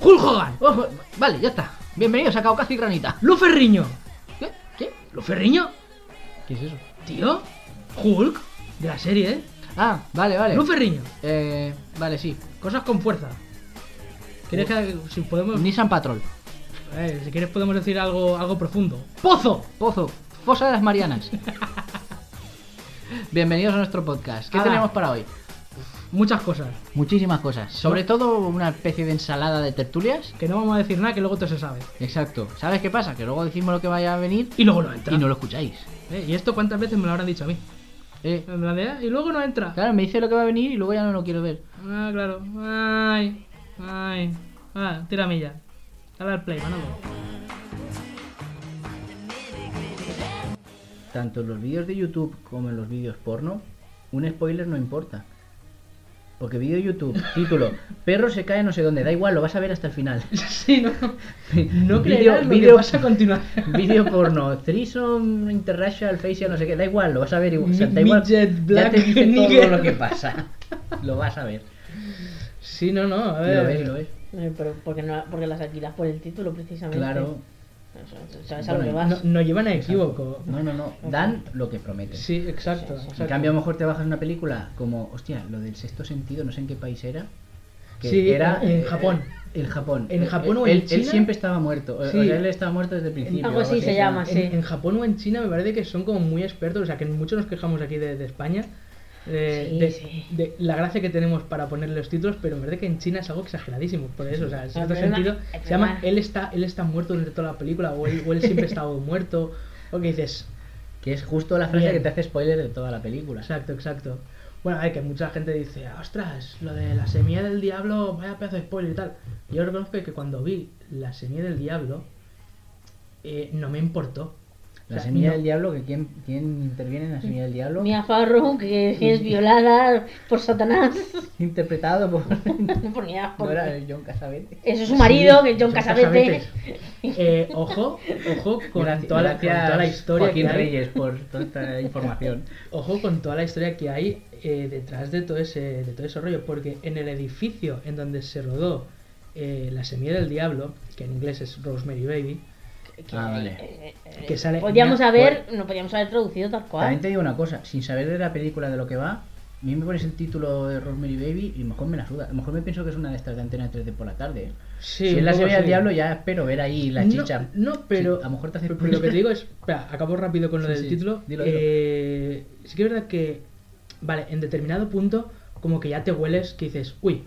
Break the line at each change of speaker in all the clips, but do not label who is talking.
Hulk Hogan. Ojo, vale, ya está. Bienvenidos a Caucasi Granita.
¡Lu Ferriño!
¿Qué? ¿Qué? ¿Lo Ferriño?
¿Qué es eso?
¿Tío?
Hulk, de la serie, ¿eh?
Ah, vale, vale.
Lu Ferriño,
Eh, vale, sí.
cosas con fuerza. ¿Quieres que si podemos
Nissan Patrol.
eh, si quieres podemos decir algo algo profundo? ¡Pozo!
Pozo, Fosa de las Marianas. Bienvenidos a nuestro podcast. ¿Qué
Ala.
tenemos para hoy?
Muchas cosas.
Muchísimas cosas. Sobre todo una especie de ensalada de tertulias.
Que no vamos a decir nada que luego todo se sabe.
Exacto. ¿Sabes qué pasa? Que luego decimos lo que vaya a venir
Y luego no entra.
y no lo escucháis.
Eh, ¿Y esto cuántas veces me lo habrán dicho a mí?
Eh,
En plan de, "Ah, Y luego no entra.
claro, me dice lo que va a venir y luego ya no lo quiero ver.
Ah, claro. Ay, ay. Ah, tira milla. Dale al play, Manolo.
Tanto en los vídeos de YouTube como en los vídeos porno, un spoiler no importa. Porque vídeo de YouTube, título, perro se cae no sé dónde, da igual, lo vas a ver hasta el final.
Sí, no. No
Vídeo-
creerás lo
vídeo-
que pasa a continuación.
Vídeo porno, threesome, interracial, facial, no sé qué, da igual, lo vas a ver igual. o sea,
Mi-
da igual,
midget,
ya
black
te dice
nigger.
todo lo que pasa. Lo vas a ver.
Sí, no, no. A
Y
ver.
lo ves, y lo ves.
Eh, Pero porque, no, porque las alquilas por el título, precisamente.
Claro.
O sea, Sabes a lo
Bueno,
que vas.
No- nos llevan a equívoco.
No, no, no. Dan lo que prometen.
Sí, exacto.
En
exacto.
cambio, a lo mejor te bajas una película como, hostia, lo del sexto sentido, no sé en qué país era.
Sí, en
eh,
Japón.
En Japón.
En
Eh,
Japón
eh,
o en
él, Él
China.
siempre estaba muerto. o-
Sí.
O sea, él estaba muerto desde el principio.
Algo así se llama,
en,
sí.
en Japón o en China me parece que son como muy expertos, o sea que muchos nos quejamos aquí de, de España, de,
Sí,
de-
sí.
de la gracia que tenemos para ponerle los títulos, pero me parece que en China es algo exageradísimo, por eso, o sea, en
El
cierto
problema-
sentido,
el
se llama
problema-
él está, él está muerto durante toda la película, o él, o él siempre ha estado muerto, o que dices,
Que es justo la frase
Bien.
que te hace spoiler de toda la película.
exacto, exacto. Bueno, a ver, que mucha gente dice, ostras, lo de la semilla del diablo, vaya pedazo de spoiler y tal. Yo reconozco que cuando vi la semilla del diablo, eh, no me importó.
La
O sea,
semilla
no-
del diablo, que quién, quién interviene en la semilla del diablo.
Mia Farrow, que es violada por Satanás.
Interpretado por.
por Mia
¿No
Farrow.
era John Casabete?
Eso es su marido,
Sí,
que es John
John
Casabete.
Eh, ojo, ojo con
Gracias-
toda la, con
gracias,
toda la historia
Joaquín
que hay.
Reyes por toda esta información.
Ojo con toda la historia que hay eh, detrás de todo ese, de todo ese rollo, porque en el edificio en donde se rodó eh, La semilla del diablo, que en inglés es Rosemary Baby,
Que-
Ah, vale.
eh, eh,
Que sale-
podíamos
Mia-
haber, no podíamos haber traducido tal
pues.
Pues
También
cual.
te digo una cosa, sin saber de la película de lo que va, a mí me pones el título de Rosemary Baby y mejor me la suda. A lo mejor me pienso que es una de estas de Antena 3 de por la tarde. ¿eh?
sí,
si
un
es la
poco
serie del
así.
diablo ya espero ver ahí la
No,
chicha.
No, pero.
Sí, a lo mejor te hace
pero Pues lo que te digo es. Espera, acabo rápido con lo
Sí,
del
sí,
título.
dilo, dilo.
Eh, sí que es verdad que. Vale, en determinado punto, como que ya te hueles que dices, uy,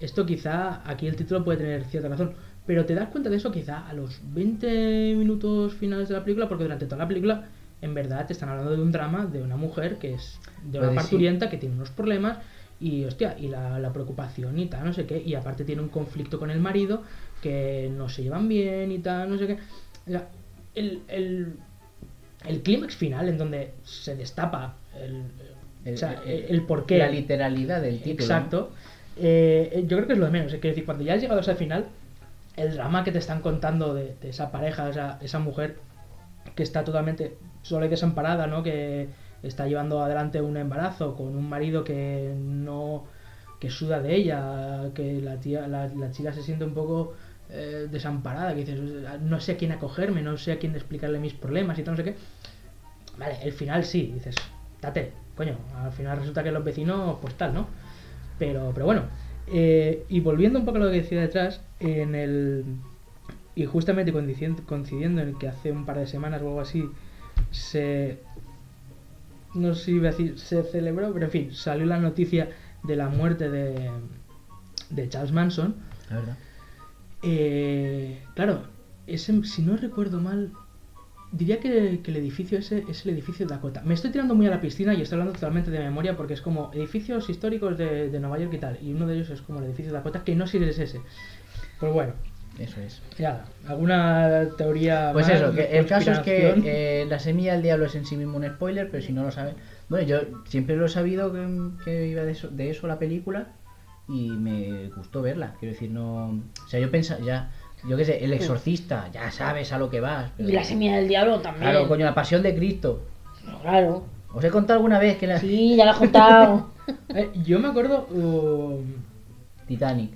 esto quizá aquí el título puede tener cierta razón. Pero te das cuenta de eso quizá a los 20 minutos finales de la película, porque durante toda la película, en verdad, te están hablando de un drama de una mujer que es de una
Pues sí.
parturienta que tiene unos problemas y hostia, y la, la preocupación y tal, no sé qué, y aparte tiene un conflicto con el marido que no se llevan bien y tal, no sé qué. O sea, el, el, el clímax final en donde se destapa el,
El-
o sea,
el-
el, el porqué.
La literalidad del título.
Exacto. Eh, eh, yo creo que es lo de menos. Es decir, cuando ya has llegado a ese final, el drama que te están contando de, de esa pareja, esa, esa mujer que está totalmente sola y desamparada, ¿no? Que está llevando adelante un embarazo con un marido que no. que suda de ella, que la, tía, la, la chica se siente un poco eh, desamparada, que dices, no sé a quién acogerme, no sé a quién explicarle mis problemas y tal, no sé qué. Vale, el final sí, dices, date, coño, al final resulta que los vecinos, pues tal, ¿no? Pero, pero bueno, eh, y volviendo un poco a lo que decía detrás, en el. Y justamente coinciden- coincidiendo en que hace un par de semanas o algo así, se. No sé si iba a decir, se celebró, pero en fin, salió la noticia de la muerte de, de Charles Manson.
La verdad.
Eh, claro, ese, si no recuerdo mal, diría que, que el edificio ese es el edificio Dakota. Me estoy tirando muy a la piscina y estoy hablando totalmente de memoria porque es como edificios históricos de, de Nueva York y tal. Y uno de ellos es como el edificio Dakota, que no sé si es ese. Pues bueno,
Eso es.
ya, alguna teoría.
Pues
más,
eso, que el caso es
conspiración?
que eh, la semilla del diablo es en sí mismo un spoiler, pero si no lo sabes. Bueno, yo siempre lo he sabido que, que iba de eso, de eso la película y me gustó verla. Quiero decir, no. O sea, yo pensaba, ya. Yo qué sé, El Exorcista, ya sabes a lo que vas. pero-
Y la semilla del diablo también.
Claro, coño, la pasión de Cristo.
Claro.
¿Os he contado alguna vez que la.
Sí, ya lo he contado.
Eh, yo me acuerdo. um,
Titanic.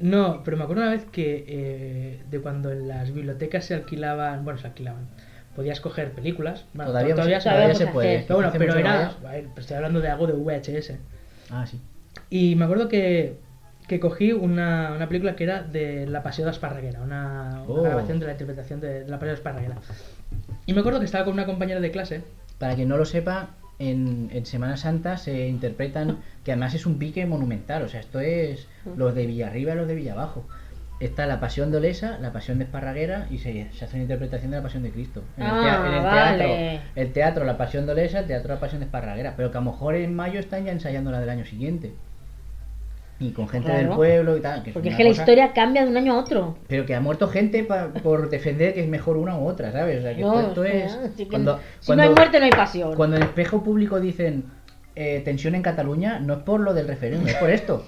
No, pero me acuerdo una vez que eh, de cuando en las bibliotecas se alquilaban, bueno, se alquilaban, podías coger películas. Bueno,
todavía,
todavía
se,
se-
todavía
podemos
se
hacer.
puede.
pero bueno,
Hace
pero
mucho que no
era,
vayas.
a ver, pero estoy hablando de algo de VHS.
Ah, sí.
Y me acuerdo que, que cogí una, una película que era de La Pasión de la Esparraguera, una, una
Oh.
grabación de la interpretación de, de La Pasión de la Esparraguera. Y me acuerdo que estaba con una compañera de clase.
Para quien no lo sepa, en, en Semana Santa se interpretan, que además es un pique monumental, o sea, esto es
Mm.
los de Villarriba y los de Villabajo. Está la pasión de Olesa, la pasión de Esparraguera y se, se hace una interpretación de la pasión de Cristo. En el, tea-
Ah,
en el
vale.
teatro, el teatro, la pasión de Olesa, el teatro, la pasión de Esparraguera. Pero que a lo mejor en mayo están ya ensayando la del año siguiente. Y con gente
Claro.
del pueblo y tal. Que es
Porque es
una
que la
cosa-
historia cambia de un año a otro.
Pero que ha muerto gente pa- por defender que es mejor una u otra, ¿sabes? O sea, que
No,
esto, esto
o sea,
es.
así que
cuando-
si
cuando-
no hay muerte, no hay pasión.
cuando en espejo público dicen eh, tensión en Cataluña, no es por lo del referéndum, es por esto.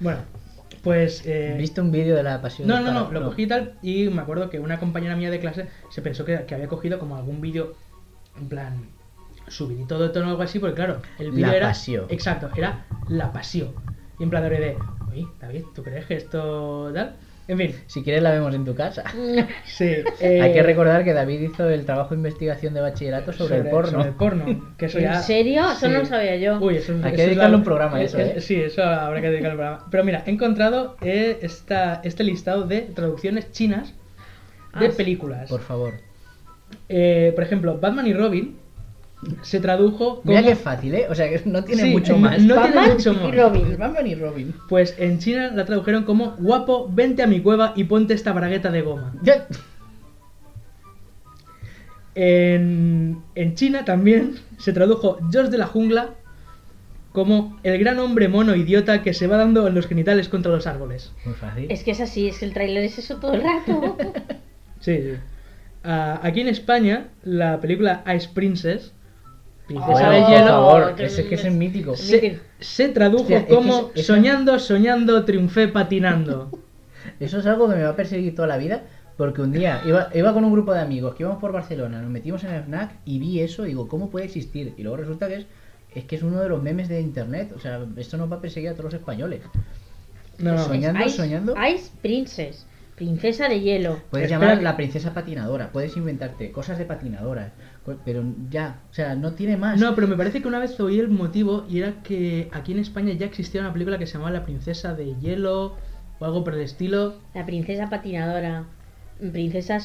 Bueno, pues... eh,
¿Viste un vídeo de la pasión?
No,
de
no, no,
Esparra-
lo cogí y tal y me acuerdo que una compañera mía de clase se pensó que, que había cogido como algún vídeo en plan subidito de tono o algo así, porque claro, el vídeo
La
era...
pasión.
Exacto, era la pasión. Y en plan de, de oye, David, ¿tú crees que esto tal? En fin,
Si quieres la vemos en tu casa.
sí.
Hay que
eh,
recordar que David hizo el trabajo de investigación de bachillerato sobre, el porno.
sobre el porno, que eso
¿En
ya-
serio? Eso
sí.
no lo sabía yo.
Uy, eso,
Hay que
eso es
dedicarle
la-
un programa a eso,
es-
¿eh?
Sí, eso habrá que dedicarle un programa. Pero mira, he encontrado eh, esta, este listado de traducciones chinas de
Ah, sí.
películas.
Por favor.
Eh, por ejemplo, Batman y Robin se tradujo como...
Mira que es fácil, ¿eh? O sea, que no tiene
Sí,
mucho
no-
más.
no
Batman
tiene mucho
y
más.
Robin.
El Batman y Robin.
Pues en China la tradujeron como Guapo, vente a mi cueva y ponte esta bragueta de goma.
Ya-
En, en China también se tradujo George de la jungla como el gran hombre mono idiota que se va dando en los genitales contra los árboles.
Muy fácil.
Es que es así, es que el tráiler es eso todo el rato.
Sí, sí. Ah, aquí en España, la película Ice Princess, Princesa
Oh,
de
por
Hielo,
favor,
que-
ese es que es el mítico.
se, se tradujo
Hostia, es que
como
es- es-
Soñando, soñando, triunfé patinando.
Eso es algo que me va a perseguir toda la vida. Porque un día iba, iba con un grupo de amigos que íbamos por Barcelona, nos metimos en el FNAC y vi eso y digo, ¿cómo puede existir? Y luego resulta que es, es que es uno de los memes de internet. O sea, esto nos va a perseguir a todos los españoles.
No, no.
Soñando.
Ice,
soñando.
Ice Princess, princesa de hielo.
Puedes
Espera
llamar
que-
la princesa patinadora, puedes inventarte cosas de patinadoras, co- pero ya, o sea, no tiene más.
No, pero me parece que una vez oí el motivo y era que aquí en España ya existía una película que se llamaba La princesa de hielo o algo por el estilo.
La princesa patinadora. Princesa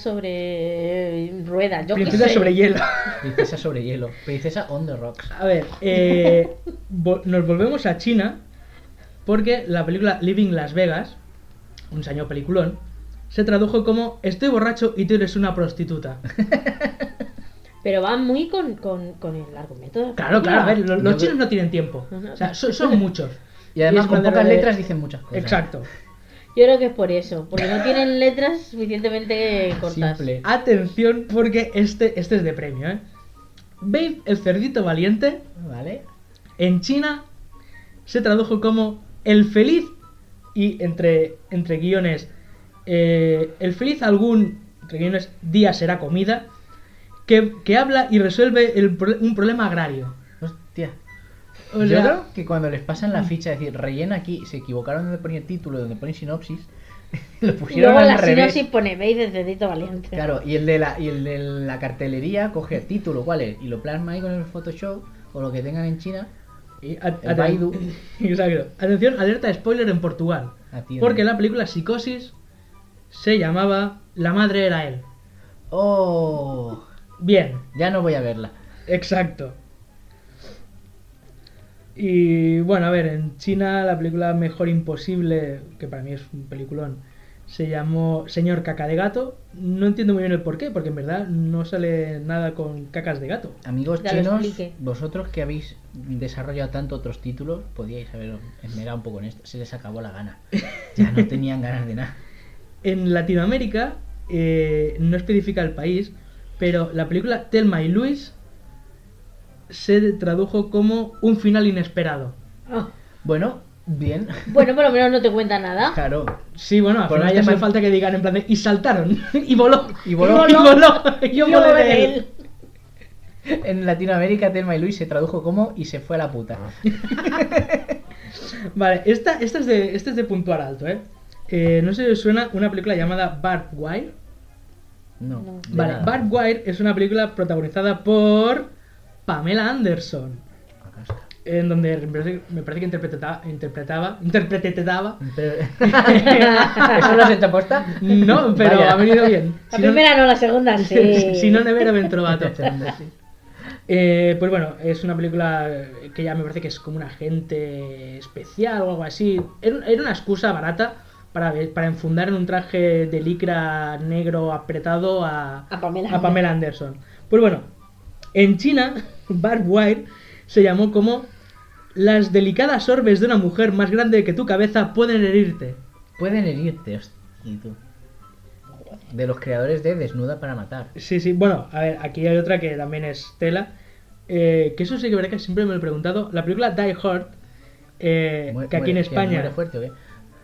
sobre eh, ruedas. Yo qué
princesa
sé.
sobre hielo.
Princesa sobre hielo, princesa on the rocks.
A ver, eh, vo- nos volvemos a China porque la película Living Las Vegas, un saño peliculón, se tradujo como Estoy borracho y tú eres una prostituta.
Pero va muy con, con, con el argumento de la
Claro, claro, a ver, lo- los,
No, pero-
chinos no tienen tiempo. O sea, so- son muchos.
Y además
es
con
una de-
pocas letras dicen muchas cosas.
Exacto.
Yo creo que es por eso, porque no tienen letras suficientemente cortas.
Simple.
Atención, porque este, este es de premio, ¿eh? Babe, el cerdito valiente,
¿Vale?
en China se tradujo como el feliz y entre, entre guiones, eh, el feliz algún, entre guiones, día será comida, que, que habla y resuelve el pro- un problema agrario.
Hostia.
O
Yo
sea,
creo que cuando les pasan la ficha, es decir, rellena aquí, se equivocaron donde ponía título, donde ponía sinopsis, lo
Y
pusieron
luego
al
la
revés.
sinopsis pone veis de cerdito valiente.
Claro, y el, de la, y el de la cartelería coge el título, ¿cuál es? Y lo plasma ahí con el Photoshop o lo que tengan en China.
y a-
el
aten-
Baidu.
Exacto. Atención, alerta de spoiler en Portugal.
Atiende.
Porque la película Psicosis se llamaba La madre era él.
¡Oh!
Bien,
Ya no voy a verla.
exacto. Y bueno, a ver, en China la película Mejor Imposible, que para mí es un peliculón, se llamó Señor Caca de Gato. No entiendo muy bien el porqué, porque en verdad no sale nada con cacas de gato.
Amigos
Ya lo
chinos,
expliqué.
vosotros que habéis desarrollado tanto otros títulos, podíais haber esmerado un poco en esto. Se les acabó la gana. Ya no tenían ganas de nada.
En Latinoamérica, eh, no especifica el país, pero la película Telma y Luis se tradujo como un final inesperado.
Ah,
Bueno, bien.
Bueno, por lo menos no te cuenta nada.
Claro.
Sí, bueno, al
Por
final
ahí
ya hace
llaman-
falta que digan en plan de, y saltaron, y voló,
Y voló.
este y voló, y
Yo
voló de
me de
él.
él.
En Latinoamérica, Telma y Luis se tradujo como y se fue a la puta.
Vale, esta, esta, es de, esta es de puntuar alto, ¿eh? Eh, No sé si os suena una película llamada Bart Wire.
No.
No.
de
Vale,
nada.
Bart Wire es una película protagonizada por Pamela Anderson.
Acá está.
En donde me parece, me parece que interpretaba. Interpretaba. Interpretaba.
Pero- ¿Eso no se te aposta?
No, pero
Vaya.
ha venido bien.
La
Si no-
primera no, la segunda sí.
si no, nevera me trovato.
Efectivamente, sí.
Eh, pues bueno, es una película que ya me parece que es como un agente especial o algo así. Era, era una excusa barata para, ver- para enfundar en un traje de licra negro apretado a,
A Pamela.
a Pamela Anderson. Pues bueno, en China, Barbed Wire se llamó como las delicadas orbes de una mujer más grande que tu cabeza pueden herirte.
Pueden herirte, hostia, tú. De los creadores de Desnuda para Matar.
Sí, sí, bueno, a ver, aquí hay otra que también es tela. eh, que eso sí que verdad que siempre me lo he preguntado. La película Die Hard, eh,
Muere-
que aquí en
muere-
España
muere fuerte, ¿o qué?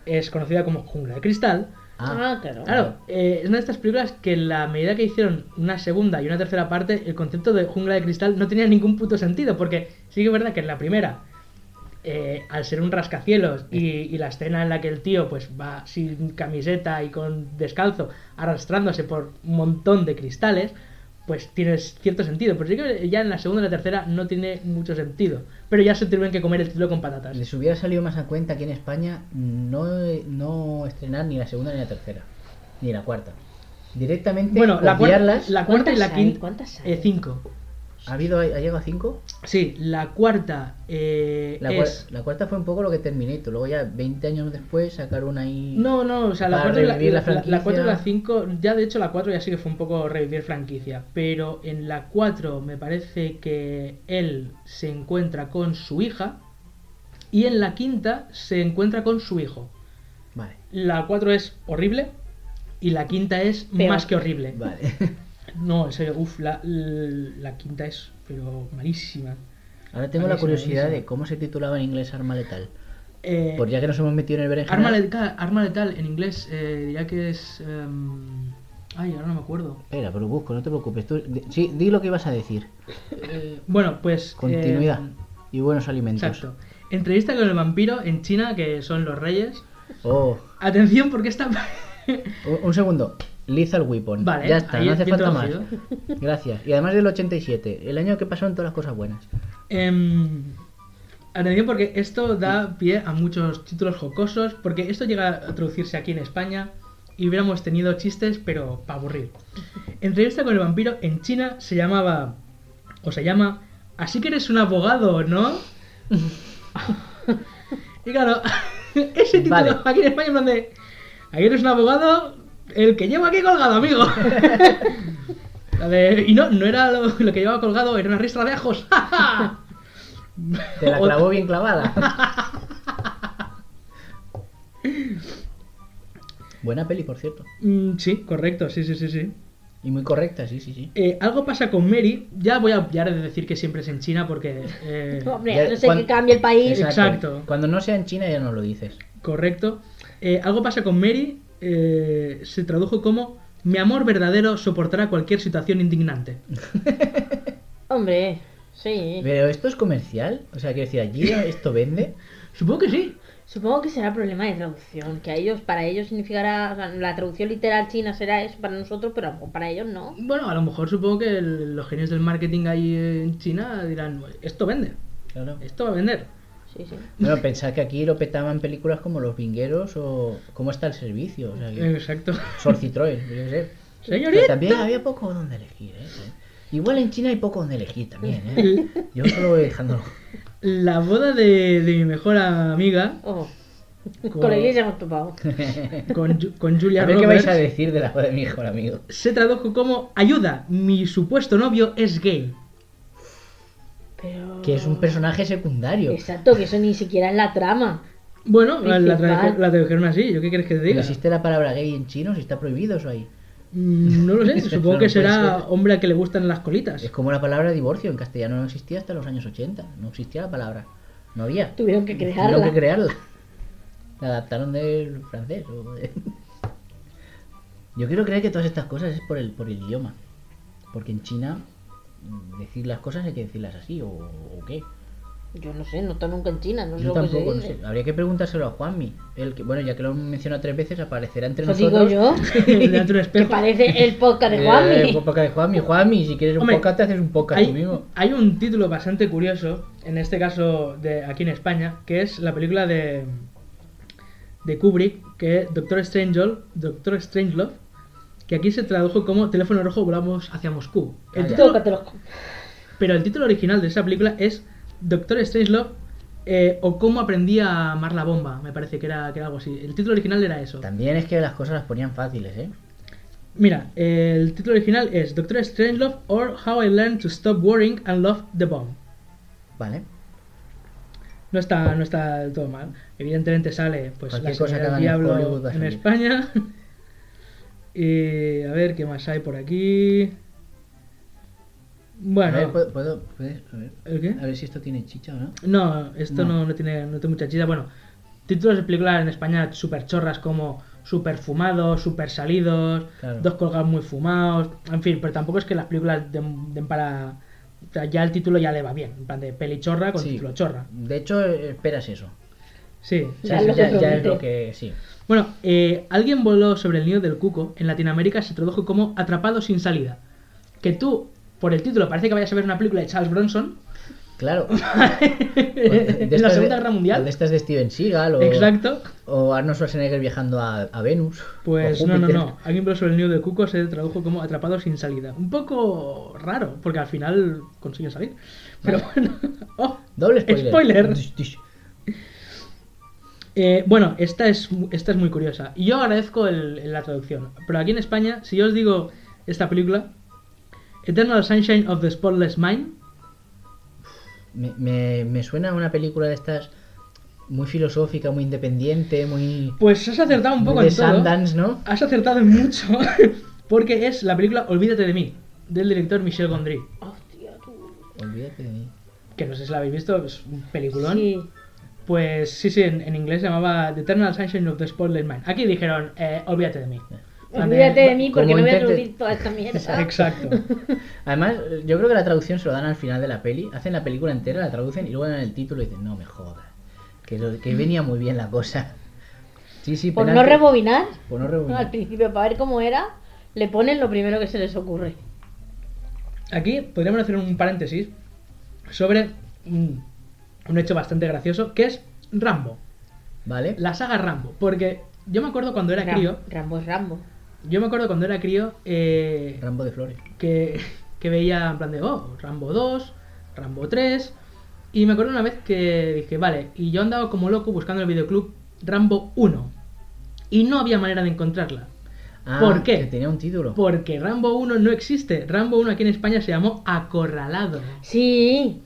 es conocida como Jungla de Cristal.
Ah,
Ah, claro.
Claro, eh, es una de estas películas que en la medida que hicieron una segunda y una tercera parte, el concepto de Jungla de Cristal no tenía ningún puto sentido. Porque sí que es verdad que en la primera, eh, al ser un rascacielos y, y la escena en la que el tío pues va sin camiseta y con descalzo arrastrándose por un montón de cristales, pues tiene cierto sentido. Pero sí que ya en la segunda y la tercera no tiene mucho sentido. Pero ya se tuvieron que comer el título con patatas.
les hubiera salido más a cuenta aquí en España no, no estrenar ni la segunda ni la tercera, ni la cuarta. Directamente
Bueno, la, cuar-
obviarlas.
la cuarta y la
¿Cuántas hay?
quinta.
¿Cuántas hay?
eh, cinco.
¿Ha, habido, ¿Ha llegado a cinco?
Sí, la cuarta eh,
La, cuar-
es...
la cuarta fue un poco lo que Terminator. Luego ya 20 años después sacaron ahí...
No, no, o sea, la
Para
4 y la,
revivir la
la- la- la cuatro y la
franquicia.
5, ya de hecho la 4 ya sí que fue un poco revivir franquicia, pero en la 4 me parece que él se encuentra con su hija y en la quinta se encuentra con su hijo.
Vale,
La 4 es horrible y la quinta es
Peor.
más que horrible.
vale.
No, en serio, uff, la, la quinta es pero malísima.
Ahora
Malísimo,
tengo la curiosidad
malísimo.
de cómo se titulaba en inglés Arma Letal.
Eh,
Por ya que nos hemos metido en el berenjenal...
Arma letal, arma letal en inglés eh, diría que es. em, ay, ahora no me acuerdo.
Espera, pero busco, no te preocupes. Tú, di- sí, di lo que ibas a decir.
Eh, bueno, pues. eh,
Continuidad y buenos alimentos.
exacto. Entrevista con el vampiro en China, que son los reyes.
Oh,
Atención, porque esta.
un, un segundo. Lethal Weapon.
Vale,
ya está,
ahí
no hace
bien
falta más.
traducido.
Gracias. Y además del 87, el año que pasaron todas las cosas buenas.
Em, atención, porque esto da pie a muchos títulos jocosos, porque esto llega a traducirse aquí en España y hubiéramos tenido chistes, pero para aburrir. Entrevista con el vampiro en China se llamaba, o se llama, así que eres un abogado, ¿no? y claro, ese título
Vale.
aquí en España en plan de, aquí eres un abogado, el que llevo aquí colgado, amigo. La de- y no, no era lo, lo que llevaba colgado, era una ristra de ajos. ¡Ja, ja!
Te la clavó bien clavada. Buena peli, por cierto.
Mm, sí, correcto, sí, sí, sí, sí.
Y muy correcta, sí, sí, sí.
Eh, algo pasa con Mary, ya voy a obviar de decir que siempre es en China porque... eh,
Hombre,
Ya,
a no sé
cuan-
que cambie el país.
Exacto.
Cuando no sea en China ya no lo dices.
correcto. Eh, algo pasa con Mary, eh, se tradujo como mi amor verdadero soportará cualquier situación indignante.
Hombre, sí.
Pero esto es comercial. O sea, quiero decir, allí esto vende.
Supongo que sí.
Supongo que será problema de traducción, que a ellos, para ellos significará, o sea, la traducción literal china será eso para nosotros, pero a lo mejor para ellos no.
Bueno, a lo mejor supongo que el- los genios del marketing ahí en China dirán, esto vende,
Claro.
esto va a vender.
Sí, sí.
Bueno, pensad que aquí lo petaban películas como Los Vingueros o cómo está el servicio. O sea, que...
Exacto.
Sor Citroën, yo qué sé. Pero
Señorita.
también había poco donde elegir, ¿eh? Igual en China hay poco donde elegir también, ¿eh? Yo solo voy dejándolo.
La boda de, de mi mejor amiga
Ojo.
Con-
Con la iglesia hemos topado.
con, Ju- con Julia
A ver qué
Roberts
vais a decir de la boda de mi mejor amigo.
se tradujo como ayuda, mi supuesto novio es gay.
Pero...
Que es un personaje secundario.
Exacto, que eso ni siquiera es la trama.
Bueno, la, la
Principal.
tradu- la tradujeron así, ¿yo qué crees que te
¿No
diga?
existe la palabra gay en chino si está prohibido eso ahí?
Mm, No lo sé, supongo
No
que
puede
será
ser.
hombre al que le gustan las colitas.
Es como la palabra divorcio. En castellano no existía hasta los años 80. No existía la palabra. No había.
Tuvieron que
Tuvieron
crearla.
que crearla. La adaptaron del francés. o de- Yo quiero creer que todas estas cosas es por el, por el idioma. Porque en China mm, decir las cosas hay que decirlas así o, o qué.
Yo no sé, no está nunca en China, no sé
Yo
lo
tampoco,
que
no
se
sé.
dice.
Habría que preguntárselo a Juanmi. El que, bueno, ya que lo menciona tres veces, aparecerá entre
Lo
nosotros.
digo yo,
Delante de un
que
espejo.
parece el podcast de
Eh,
Juanmi.
un podcast de Juanmi. Juanmi, si quieres un
Hombre,
podcast, te haces un podcast tú
Hay,
mismo.
hay un título bastante curioso, en este caso de aquí en España, que es la película de, de Kubrick, que es Doctor Strangelove, Doctor Strangelove, que aquí se tradujo como Teléfono Rojo Volamos hacia Moscú. El
Calla.
título-
Tócate los co-
pero el título original de esa película es Doctor Strangelove eh, o Cómo aprendí a amar la bomba, me parece que era, que era algo así. El título original era eso.
También es que las cosas las ponían fáciles, ¿eh?
Mira, eh, el título original es Doctor Strangelove or How I Learned to Stop Worrying and Love the Bomb.
Vale.
No está, no está del todo mal. Evidentemente sale pues
Cualquier
la
cosa
cosa
que hagan en Hollywood va
diablo
a
en
salir.
España. y a ver qué más hay por aquí.
A
Bueno,
ver, pues, ¿puedo, puedo- puedes- a, ver,
¿el qué?
a ver si esto tiene chicha o no.
No, esto
No.
no, no tiene, no tiene mucha chida. Bueno, títulos de películas en España super chorras como super fumados, super salidos,
Claro.
dos colgados muy fumados, en fin, pero tampoco es que las películas den, den para... o sea, ya el título ya le va bien, en plan de peli chorra con
Sí.
título chorra.
De hecho, eh, esperas eso.
Sí.
O sea,
Ya lo
ya,
que
ya es
promete.
lo que. Sí.
Bueno, eh, alguien voló sobre el nido del cuco, en Latinoamérica se tradujo como Atrapado sin salida. Que tú, por el título, parece que vayas a ver una película de Charles Bronson
Claro.
en la
estas
Segunda
de-
Guerra
o De
Mundial.
estas de Steven Seagal o,
Exacto.
o Arnold Schwarzenegger viajando a, a Venus.
Pues
o
no, no,
Júpiter.
no. Alguien habló sobre el nido de cuco, se tradujo como atrapado sin salida. Un poco raro, porque al final consigue salir. Pero bueno. ¡Oh!
Doble spoiler.
Spoiler.
Dish, dish.
Eh, bueno, esta es, mu- esta es muy curiosa. Y yo agradezco el- la traducción. Pero aquí en España, si yo os digo esta película, Eternal Sunshine of the Spotless Mind,
Me, me, me suena a una película de estas muy filosófica, muy independiente, muy.
pues has acertado un
muy
poco
de
en todo.
Sundance, ¿no?
Has acertado en mucho, porque es la película Olvídate de mí, del director Michel Gondry.
Hostia, tú.
Olvídate de mí.
Que no sé si la habéis visto, es un peliculón.
Sí.
Pues sí, sí, en, en inglés se llamaba The Eternal Sunshine of the Spotless Mind. Aquí dijeron, eh, olvídate de mí.
Olvídate de mí
Como
porque no voy a
intente-
traducir toda esta mierda.
Exacto.
Además, yo creo que la traducción se lo dan al final de la peli. Hacen la película entera, la traducen y luego dan el título y dicen, no me jodas. Que, lo- que venía muy bien la cosa. Sí, sí,
Por no
penalti-
rebobinar,
Por no
no,
rebobinar.
al principio, para ver cómo era, le ponen lo primero que se les ocurre.
Aquí podríamos hacer un paréntesis sobre un, un hecho bastante gracioso, que es Rambo,
¿Vale?
la saga Rambo. Porque yo me acuerdo cuando era
Ram-
crío,
Rambo es Rambo.
yo me acuerdo cuando era crío, eh,
Rambo de Flores.
que, que veía en plan de, oh, Rambo 2, Rambo 3. Y me acuerdo una vez que dije, vale, y yo andaba como loco buscando en el videoclub Rambo 1. Y no había manera de encontrarla.
Ah,
¿Por qué?
Que tenía un título.
Porque Rambo 1 no existe. Rambo 1 aquí en España se llamó Acorralado.
Sí,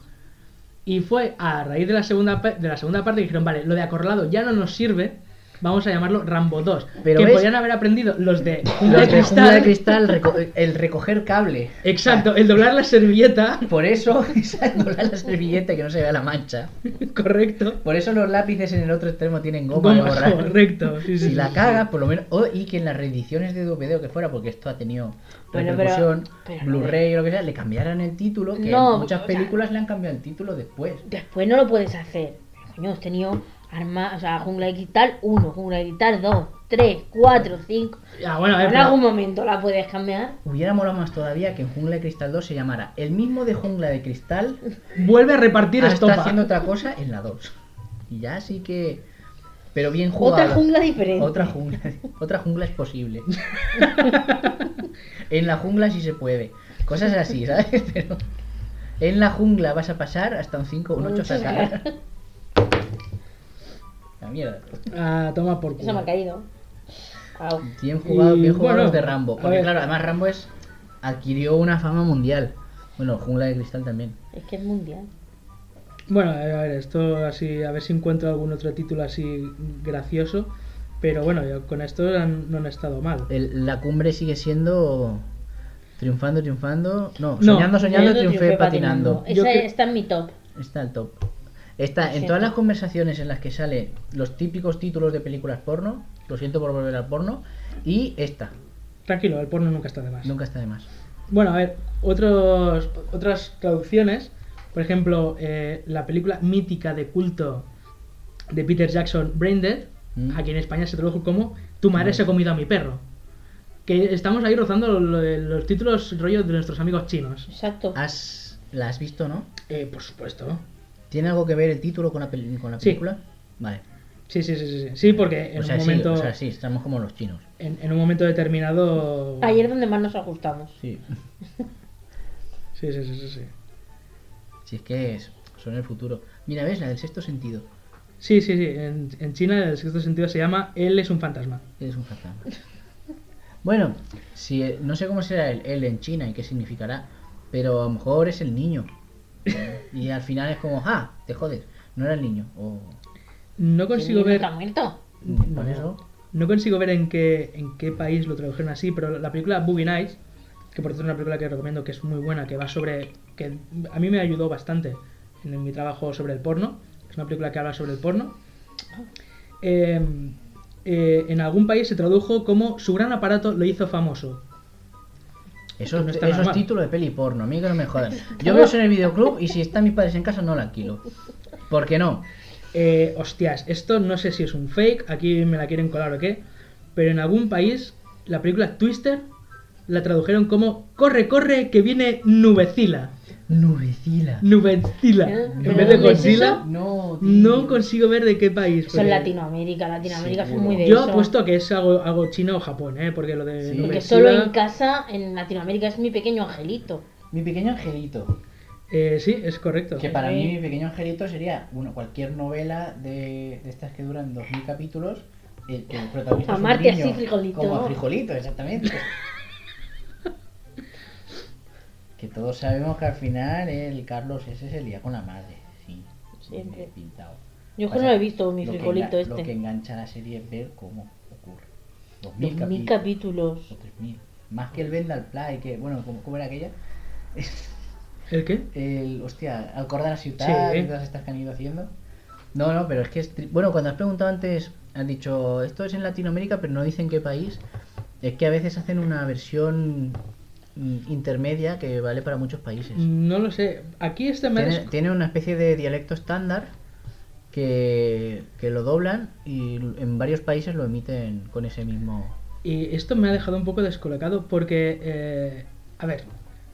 Y fue a raíz de la segunda, pa- de la segunda parte que dijeron, vale, lo de Acorralado ya no nos sirve. Vamos a llamarlo Rambo 2.
Pero
que
ves-
podían haber aprendido los de Jungla
Los
de
de Jungla de
Cristal.
cristal, reco- el recoger cable.
Exacto, el doblar la servilleta.
Por eso, esa doblar la servilleta y que no se vea la mancha.
Correcto.
Por eso los lápices en el otro extremo tienen goma, de
Goma,
borrar.
correcto. sí, sí,
Si
sí,
la
sí.
cagas, por lo menos. o- y que en las reediciones de DVD o que fuera, porque esto ha tenido
Bueno, pero-
repercusión,
pero- eh.
Blu-ray o lo que sea, le cambiaran el título. Que
No,
muchas
o sea-
películas le han cambiado el título después.
después no lo puedes hacer. Coño, has tenido arma, o sea, jungla de cristal 1, jungla de cristal 2, 3, 4, 5.
Ya, Ah, bueno, a ver,
En
pero-
algún momento la puedes cambiar.
Hubiera molado más todavía que en Jungla de Cristal 2 se llamara el mismo de Jungla de Cristal.
vuelve a repartir
ahora Ah, está
estopa.
haciendo otra cosa en la 2. Y ya sí que. Pero bien jugado.
Otra jungla diferente.
Otra jungla, otra jungla es posible. en la jungla sí se puede. Cosas así, ¿sabes? Pero en la jungla vas a pasar hasta un 5 o un 8 sacar. La mierda.
Ah, toma por
Eso me ha
culo.
caído. Au.
Bien jugado,
Y,
bien jugado
bueno,
los de Rambo.
a
Porque
ver.
claro, además Rambo es adquirió una fama mundial. Bueno, jungla de cristal también.
Es que es mundial.
Bueno, eh, a ver, esto así, a ver si encuentro algún otro título así gracioso. Pero bueno, yo- con esto han- no han estado mal.
El- la cumbre sigue siendo triunfando, triunfando. No,
No,
soñando, soñando,
Yo
triunfé,
triunfé
patinando.
Yo
Esa
creo-
está en mi top.
Está el top. Está en
siento.
todas las conversaciones en las que salen los típicos títulos de películas porno, lo siento por volver al porno, y esta,
Tranquilo, el porno nunca está de más.
nunca está de más.
Bueno, a ver, otros, otras traducciones Por ejemplo, eh, la película mítica de culto de Peter Jackson, Braindead,
Mm.
aquí en España se tradujo como Tu madre se ha comido a mi perro. Que estamos ahí rozando lo- lo de los títulos rollos de nuestros amigos chinos.
Exacto.
Ah.
Has, la has visto, ¿no?
Eh, por supuesto.
¿Tiene algo que ver el título con la, peli- con la
Sí.
película? Vale.
Sí, sí, sí, sí. Sí, Sí, porque en,
o, sea,
un momento,
sí, o sea, sí, estamos como los chinos.
en, en un momento determinado...
Ayer donde más nos ajustamos.
Sí.
Sí, sí, sí, sí. Sí,
Si es que es- son el futuro. Mira, ves la del sexto sentido.
sí, sí. sí. En, en China el sexto sentido se llama Él es un fantasma.
Eres un fantasma. Bueno, si, eh, no sé cómo será el él en China y qué significará, pero a lo mejor es el niño. Y al final es como, ah, te jodes, no era el niño. O
No consigo
¿Quién
ver...
está muerto?
por
No.
eso.
No consigo ver en qué, en qué país lo tradujeron así, pero la película Boogie Nights, que por cierto es una película que recomiendo, que es muy buena, que va sobre. que a mí me ayudó bastante en mi trabajo sobre el porno. Es una película que habla sobre el porno. Eh, eh, en algún país se tradujo como Su gran aparato lo hizo famoso.
Eso,
No está
eso
nada
es
mal.
título de peli porno, a mí que no me jodan. Yo veo eso en el videoclub y si están mis padres en casa no la alquilo. ¿Por qué no?
Eh, hostias, esto no sé si es un fake, aquí me la quieren colar o qué, pero en algún país la película Twister la tradujeron como Corre, corre, que viene Nubecila.
Nubecila.
Nubecila.
¿Eh?
En
¿Pero
vez de
dónde es
Godzilla,
No, tío.
no consigo ver de qué país.
Eso es
porque
Latinoamérica. Latinoamérica fue
Seguro.
muy de
Yo
eso.
apuesto a que es algo, algo chino o Japón, ¿eh? Porque lo de
Sí.
Nubecila,
Porque solo en casa, en Latinoamérica, es mi pequeño angelito.
Mi pequeño angelito.
eh, sí, es correcto.
Que para
Sí.
mí mi pequeño angelito sería bueno, cualquier novela de, de estas que duran 2000 capítulos. El, el protagonista es un
Amarte
niño,
así, frijolito.
Como a frijolito, exactamente. que todos sabemos que al final el Carlos ese se lía con la madre. Sí,
Siempre.
bien pintado.
Yo es que
Pasa
no lo he visto, mi
lo que
frijolito
enga- Lo que
este.
engancha la serie es ver cómo ocurre. 2000
Dos mil
capítulos.
capítulos.
o 3000. Más que el Vendal Play, que bueno, como cómo era aquella.
¿El qué?
el, hostia, al cordar la ciudad
Sí.
y todas estas que han ido haciendo. No, no, pero es que es tri- bueno, cuando has preguntado antes, has dicho, esto es en Latinoamérica, pero no dicen qué país. Es que a veces hacen una versión mm, intermedia que vale para muchos países.
No lo sé. Aquí este me ha
Tiene,
des-
tiene una especie de dialecto estándar que, que lo doblan y en varios países lo emiten con ese mismo...
Y esto me ha dejado un poco descolocado porque, eh, a ver,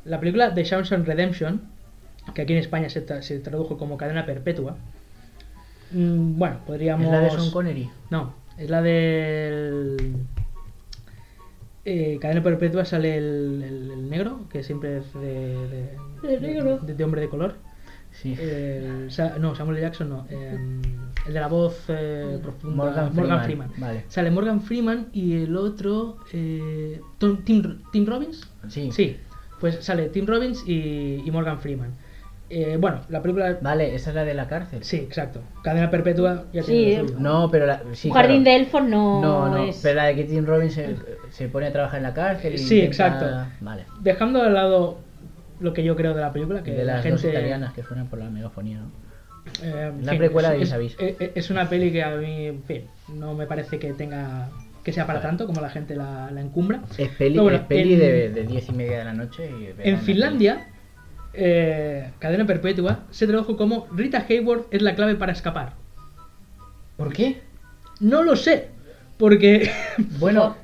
la película The Shawshank Redemption, que aquí en España se, tra- se tradujo como Cadena Perpetua, mm, bueno, podríamos...
Es la de Sean Connery.
No, es la del... eh, Cadena Perpetua sale el, el- el negro, que siempre es de, de-
El negro.
de- de hombre de color.
Sí.
Eh, El Sa- no, Samuel L. Jackson no. em, el de la voz eh, profunda.
Morgan Freeman, vale.
Sale Morgan Freeman y el otro. eh, Tom- Tim, Tim Robbins.
Sí.
Sí, pues sale Tim Robbins y, y Morgan Freeman. Eh, bueno, la película.
Vale, esa es la de la cárcel.
Sí, exacto. Cadena perpetua ya
Sí,
tiene lo
eh.
suyo.
No, pero la... sí,
Un jardín
claro.
de elfos no,
No, no,
es...
pero la de que Tim Robbins se, se pone a trabajar en la cárcel y
Sí, exacto.
Vale.
Dejando de lado lo que yo creo de la película, que
de
Eh, la
las
gente.
dos italianas que suenan por la megafonía, ¿no?
Eh, en
La precuela de
es-
Vis a Vis.
Es, eh, es una peli que a mí, en fin, no me parece que tenga que sea para tanto como la gente la, la encumbra.
Es peli,
No, bueno,
es peli
en-
de, de diez y media de la noche y verán
En
la
Finlandia, eh, Cadena Perpetua se tradujo como Rita Hayworth es la clave para escapar.
peli. ¿Por qué?
No lo sé, porque
Bueno,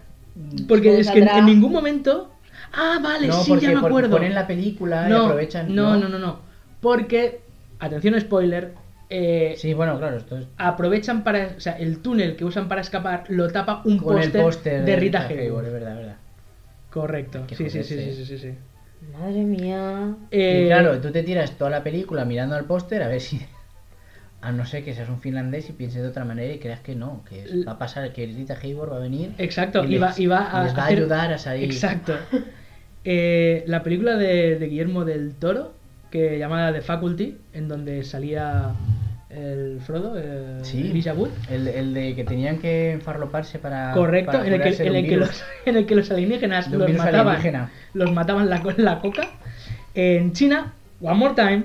porque
Supongo
es
que
que en,
habrá-
en ningún momento. Ah, vale,
no,
sí,
porque,
ya me
porque
acuerdo.
ponen la película y aprovechan.
no, no, no, no, porque atención spoiler. eh,
Sí, bueno, claro, esto es
aprovechan para, o sea, el túnel que usan para escapar lo tapa un
con el
póster
póster
de, Rita
es
Hayworth.
verdad, es verdad.
Correcto.
Qué
Sí, sí, sí,
joderse.
sí, sí, sí, sí.
Madre mía.
Eh,
Y claro, tú te tiras toda la película mirando al póster a ver si. A no ser que seas un finlandés y pienses de otra manera y creas que no, que es- va a pasar, que Rita Hayworth va a venir.
Exacto, y va,
les-
y va a
les va a
hacer-
ayudar a salir.
Exacto. Eh, la película de, de Guillermo del Toro, que llamada The Faculty, en donde salía el Frodo, el
Sí.
Elijah Wood.
El, el de que tenían que enfarloparse para.
Correcto,
Ah, para
en el, que,
curarse de
en
un
el que
virus.
los, en el que los alienígenas
De un
los
virus
mataban,
alienígena.
los mataban la, con la coca. En China, One More Time,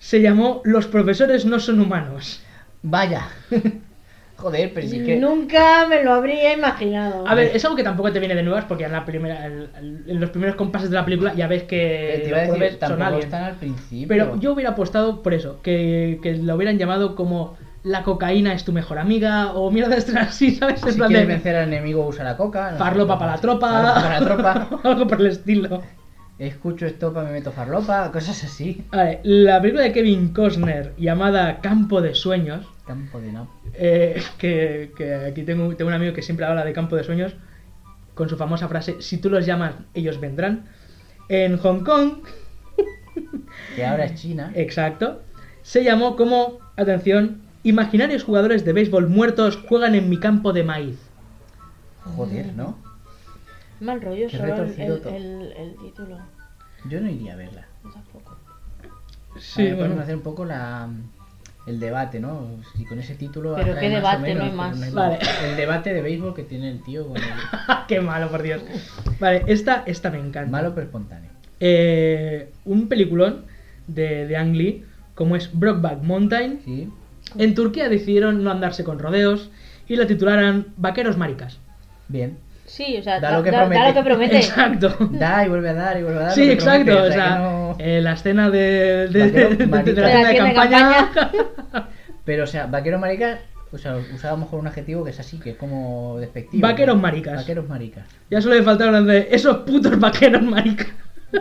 se llamó Los profesores no son humanos.
Vaya. Joder, pero si es que.
Nunca me lo habría imaginado.
A ver, es algo que tampoco te viene de nuevas porque en la primera en en los primeros compases de la película ya ves que
eh, te iba a
los
decir,
jueves son
tampoco
aliens.
están al principio.
Pero yo hubiera apostado por eso, que, que lo hubieran llamado como la cocaína es tu mejor amiga o mierdas así, ¿sabes? En
si
plan
quieres
de-
vencer al enemigo, usa la coca. no sé,
Farlopa para la tropa.
Farlopa para la tropa.
Algo por el estilo.
Escucho estopa, me meto farlopa, cosas así.
Vale, la película de Kevin Costner llamada Campo de Sueños,
Campo de no.
eh, que, que aquí tengo, tengo un amigo que siempre habla de Campo de Sueños con su famosa frase, si tú los llamas, ellos vendrán. En Hong Kong,
Que ahora es China.
Eh. exacto, se llamó como, atención, Imaginarios jugadores de béisbol muertos juegan en mi campo de maíz.
Joder, ¿no?
Mal rollo,
Qué
solo el,
retorcido
el-
todo.
el- el título.
Yo no iría a verla.
Yo tampoco.
a ver,
Sí,
podemos
bueno.
hacer un poco la, el debate, ¿no? Si con ese título.
Pero
atrae más o
qué debate, no hay
pero
más.
Vale.
El debate de béisbol que tiene el tío. con el-
Qué malo, por Dios. Vale, esta, esta me encanta.
Malo pero espontáneo.
Eh, un peliculón de, de Ang Lee, como es Brockback Mountain.
Sí.
En Turquía decidieron no andarse con rodeos y la titularan Vaqueros Maricas.
Bien.
Sí, o sea,
Da
da,
lo que
da- da
promete.
lo que promete.
Exacto.
Da y vuelve a dar y vuelve a dar.
Sí,
lo que
exacto.
promete,
o sea,
que no-
eh, la escena de, de-
Vaquero
de- de- de
Marica.
la
De
tienda
la
de
tienda de
campaña.
Pero, o sea, vaquero marica, o sea, usaba a lo mejor un adjetivo que es así, que es como despectivo.
Vaqueros maricas.
Vaqueros maricas.
ya solo le faltaron de esos putos vaqueros maricas.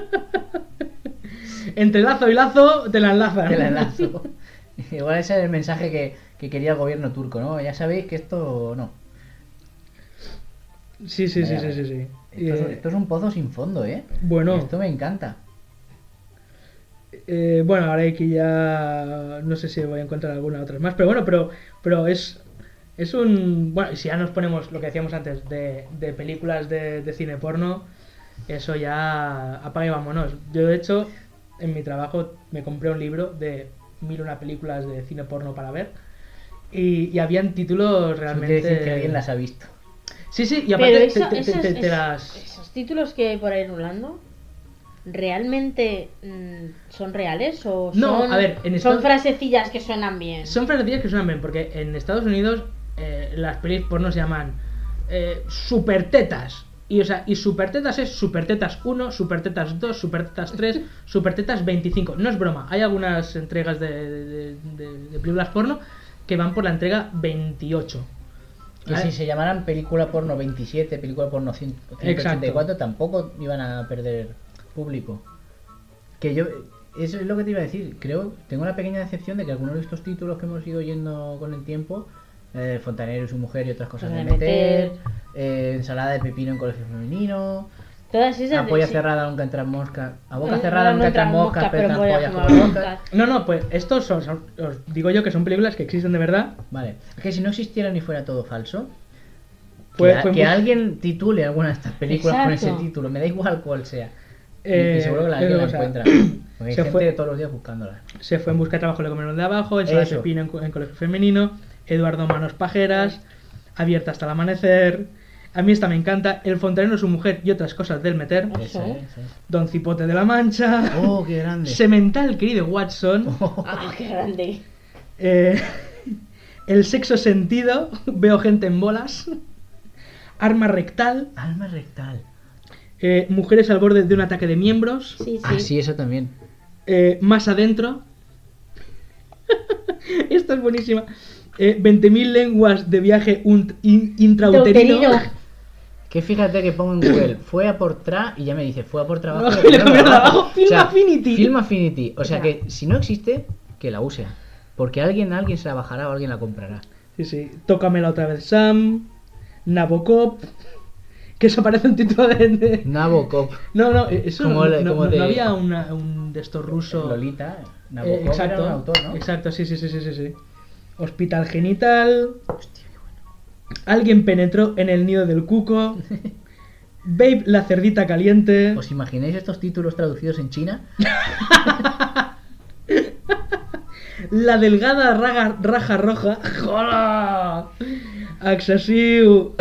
Entre lazo y lazo te la enlazan.
Te la enlazo. Igual ese es el mensaje que, que quería el gobierno turco, ¿no? Ya sabéis que esto no.
Sí, sí, sí,
Vaya,
sí, sí, sí.
Esto, es,
Eh,
esto es un pozo sin fondo, ¿eh?
bueno.
Esto me encanta.
Eh, bueno, ahora aquí ya no sé si voy a encontrar alguna otra más, pero bueno, pero, pero es, es un... Bueno, y si ya nos ponemos lo que decíamos antes de, de películas de, de cine porno, eso ya apaga y vámonos. Yo de hecho, en mi trabajo me compré un libro de mil una películas de cine porno para ver y, y habían títulos
Eso
realmente...
quiere decir que alguien las ha visto.
Sí, sí, y
Pero
aparte te-
eso-
te, te-
esos,
te- te
esos-
las...
esos títulos que hay por ahí rulando, ¿realmente mm, son reales o son,
No, a ver, en
son
Estados-
frasecillas que suenan bien?
Son franquicias que suenan bien, porque en Estados Unidos eh, las pelis porno se llaman eh, supertetas. Y, o sea, y supertetas es supertetas 1, supertetas 2, supertetas 3, supertetas 25. No es broma, hay algunas entregas de, de- de- de películas porno que van por la entrega 28.
Que
Ah.
si se llamaran película porno 27, película porno 100 184, tampoco iban a perder público. Que yo, eso es lo que te iba a decir. Creo, tengo la pequeña decepción de que algunos de estos títulos que hemos ido oyendo con el tiempo, eh, Fontanero y su mujer y otras cosas de
Cosas de
meter,
meter.
eh, ensalada de pepino en colegio femenino,
Todas
Ah,
esas
a polla
sí.
cerrada nunca entran moscas, a boca
Eh,
cerrada nunca entran moscas, pero entran
voy a
pollas
fumar
como locas.
moscas.
No, no, pues estos son, son- os digo yo que son películas que existen de verdad.
Vale, es que si no existiera ni fuera todo falso,
Fue-
que, a-
fue
que
muy-
alguien titule alguna de estas películas con
Exacto.
ese título, me da igual cuál sea. Y-
Eh,
y seguro que la,
es
alguien la
cosa.
encuentra. Porque hay
se
gente
fue-
todos los días buscándola.
Se fue en busca de trabajo, le comieron de abajo, el Sala
Eso.
Pepino en, co- en colegio femenino, Eduardo Manos Pajeras, Abierta hasta el amanecer. A mí esta me encanta, El fontanero, su mujer y otras cosas del meter,
Eso.
Esa, ¿eh? Esa, ¿eh?
Don Cipote de la Mancha,
Oh, qué grande.
Semental, querido Watson,
Oh.
Ah, qué grande.
eh, El sexo sentido, Veo gente en bolas, Arma rectal,
Alma rectal.
eh, Mujeres al borde de un ataque de miembros,
Sí, sí.
Ah, sí, eso también.
Eh, más adentro. Esta es buenísima. Eh, 20.000 lenguas de viaje unt- in- intrauterino.
Uterino.
Que fíjate que pongo en Google, fue a por tra y ya me dice, fue a por trabajo.
No,
pero
y lo
no
veo
trabajo.
abajo, Film Affinity.
Film Affinity. O sea
Ya.
que si no existe, que la use. Porque alguien, alguien se la bajará o alguien la comprará.
Sí, sí. Tócamela otra vez, Sam. Nabokov. Que eso parece un título de. de-
Nabokov.
No, no, eh, eso no,
Como el-
no-
como
no-
de-
no había una- un de estos rusos.
Lolita,
Eh,
Nabokov
exacto,
era un autor, ¿no?
exacto, sí, sí, sí, sí, sí, sí. Hospital genital. Alguien penetró en el nido del cuco. Babe, la cerdita caliente.
¿Os imagináis estos títulos traducidos en China?
La delgada raga- raja roja. ¡Jola! Accesiu.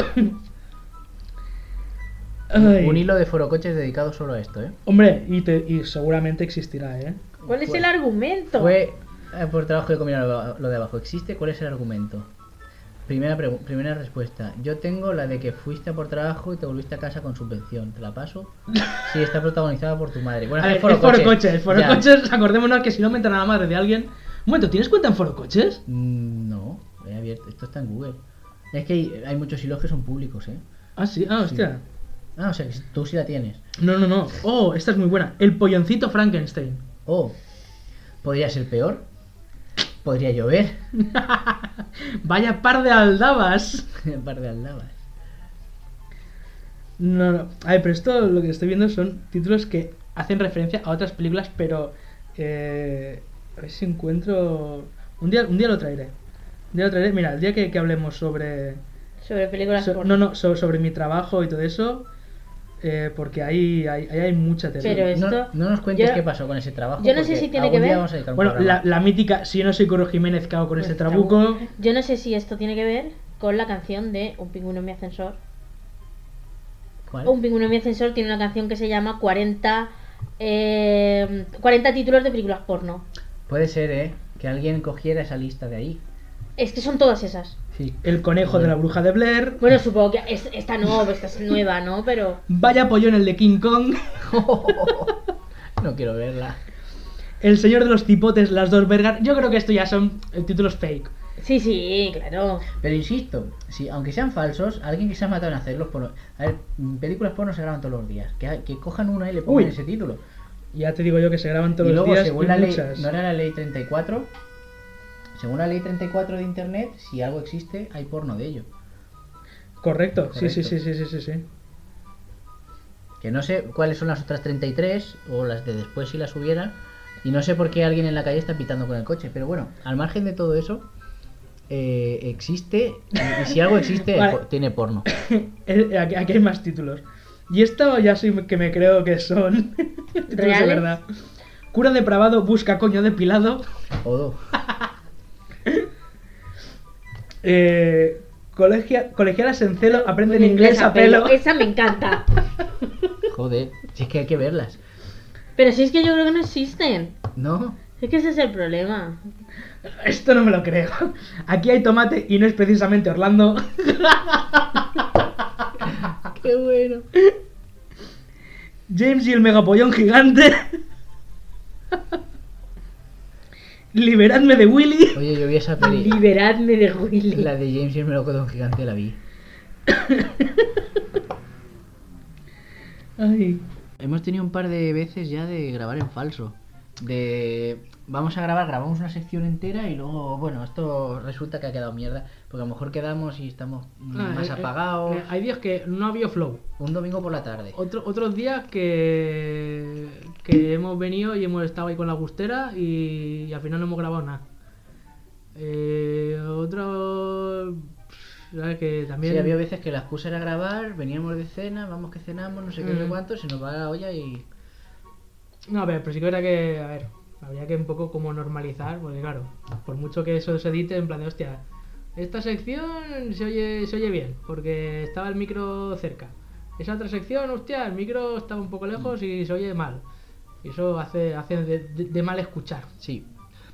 Ay.
Un hilo de forocoches dedicado solo a esto, ¿eh?
Hombre, y, te- y seguramente existirá, ¿eh?
¿Cuál es el argumento?
Fue eh, por trabajo de combinar lo de abajo. ¿Existe? ¿Cuál es el argumento? Primera, pregu- primera respuesta. Yo tengo la de que fuiste por trabajo y te volviste a casa con subvención. ¿Te la paso? Sí, está protagonizada por tu madre. Bueno,
A ver,
Foro
es Foro
Coches.
Coches. Foro
Ya.
Coches, acordémonos que si no me entra nada madre de alguien. Un momento, ¿tienes cuenta en Foro Coches?
Mm, No, he abierto. Esto está en Google. Es que hay, hay muchos hilos que son públicos, ¿eh?
Ah, sí, ah, hostia.
Ah, o sea, que tú sí la tienes.
No, no, no. Oh, esta es muy buena. El polloncito Frankenstein.
Oh, podría ser peor. Podría llover.
Vaya par de aldabas.
Un par de aldabas.
No, no. A ver, pero esto lo que estoy viendo son títulos que hacen referencia a otras películas, pero. eh, a ver si encuentro. Un día, un día lo traeré. Un día lo traeré. Mira, el día que, que hablemos sobre.
Sobre películas
so-
porno.
no, no, so- sobre mi trabajo y todo eso. eh, porque ahí, ahí, ahí hay mucha tela.
Pero
No,
esto-
no nos cuentes
yo-
qué pasó con ese trabajo.
yo no sé
porque
si tiene
algún
que
día
ver-
vamos a dedicar un
Bueno,
programa.
la, la mítica, si yo no soy Coro Jiménez, cago con
Pues
este
trabuco.
trabuco.
Yo no sé si esto tiene que ver con la canción de Un pingüino en mi ascensor.
¿Cuál?
Un pingüino en mi ascensor tiene una canción que se llama 40, eh, 40 títulos de películas porno.
Puede ser, ¿eh? Que alguien cogiera esa lista de ahí.
Es que son todas esas.
Sí.
El conejo de la bruja de Blair.
Bueno, supongo que es- esta no, pues esta es nueva, ¿no? Pero
Vaya pollón el de King Kong.
No quiero verla.
El señor de los tipotes, las dos vergas. Yo creo que esto ya son eh, títulos fake.
sí, sí, claro.
Pero insisto, si, aunque sean falsos, alguien que se ha matado en hacerlos por... A ver, mm, películas porno se graban todos los días. Que, ha- que cojan una y le pongan
Uy.
ese título.
Ya te digo yo que se graban todos
y
los
luego,
días.
según
y
la ley...
muchas.
¿No era la ley 34? Según la ley 34 de Internet, si algo existe, hay porno de ello.
Correcto. Sí,
Correcto.
sí, sí, sí, sí, sí, sí.
Que no sé cuáles son las otras 33 o las de después si las hubiera. Y no sé por qué alguien en la calle está pitando con el coche. Pero bueno, al margen de todo eso, eh, existe. Y, y si algo existe,
Vale.
po- tiene porno.
El- Aquí aquí hay más títulos. Y esto ya sí que me creo que son títulos de
¿Reales?
verdad. Cura depravado busca coño depilado.
O dos.
Eh, colegia, colegialas en celo aprenden
Pues
inglés a pelo.
Esa me encanta.
Joder, si es que hay que verlas.
Pero si es que yo creo que no existen.
¿No?
Es que ese es el problema.
Esto no me lo creo. Aquí hay tomate y no es precisamente Orlando.
Qué bueno.
James y el megapollón gigante. Liberadme de Willy.
Oye, yo vi esa peli.
Liberadme de Willy.
La de James y el melocotón gigante la vi.
Ay.
Hemos tenido un par de veces ya de grabar en falso. De vamos a grabar, grabamos una sección entera y luego, bueno, esto resulta que ha quedado mierda. Porque a lo mejor quedamos y estamos mm,
Ah, eh,
más apagados.
hay días que no ha habido flow.
Un domingo por la tarde.
Otro- otros días que, que hemos venido y hemos estado ahí con la gustera y, al final no hemos grabado nada. Eh, otro... ¿Sabes que también...
Sí, había veces que la excusa era grabar, veníamos de cena, vamos que cenamos, no sé qué, no sé
Mm.
cuánto, se nos va la olla y.
No, a ver, pero sí que era que, a ver, habría que un poco como normalizar, porque claro, por mucho que eso se edite, en plan de, hostia, esta sección se oye, se oye bien, porque estaba el micro cerca. Esa otra sección, hostia, el micro estaba un poco lejos y se oye mal. Y eso hace, hace de, de- de mal escuchar.
Sí.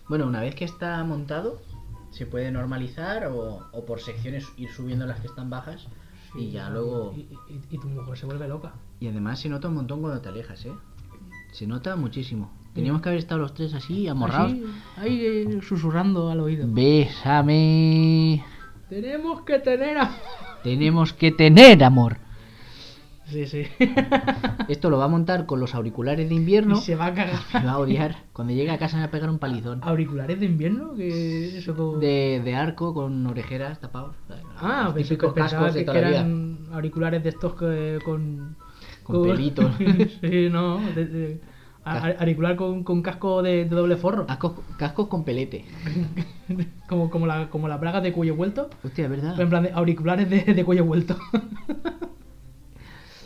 Bueno, una vez que está montado, se puede normalizar o, o por secciones ir subiendo las que están bajas y ya luego.
Y, y- y tu mujer se vuelve loca.
Y además se nota un montón cuando te alejas, ¿eh?
Mm.
Se nota muchísimo. Teníamos que haber estado los tres así, amorrados.
Así, ahí eh, susurrando al oído.
Bésame.
Tenemos que tener a...
Tenemos que tener amor.
Sí, sí.
Esto lo va a montar con los auriculares de invierno.
Y se va a cagar.
Me va a odiar. Cuando llegue a casa me va a pegar un palizón.
Ah, ¿Auriculares de invierno? Que eso como...
De, de arco con orejeras tapados.
oh. Ah,
Los
pensé que,
típicos
pensaba
cascos
que,
de
que
toda la vida.
eran auriculares de estos que, con,
Con pelitos.
sí, no. de- de- a- a- auricular con, con casco de, de doble forro.
Cascos, cascos con pelete.
Como, como, la, como la braga de cuello vuelto.
Hostia, ¿verdad?
pero En plan, de auriculares de, de cuello vuelto.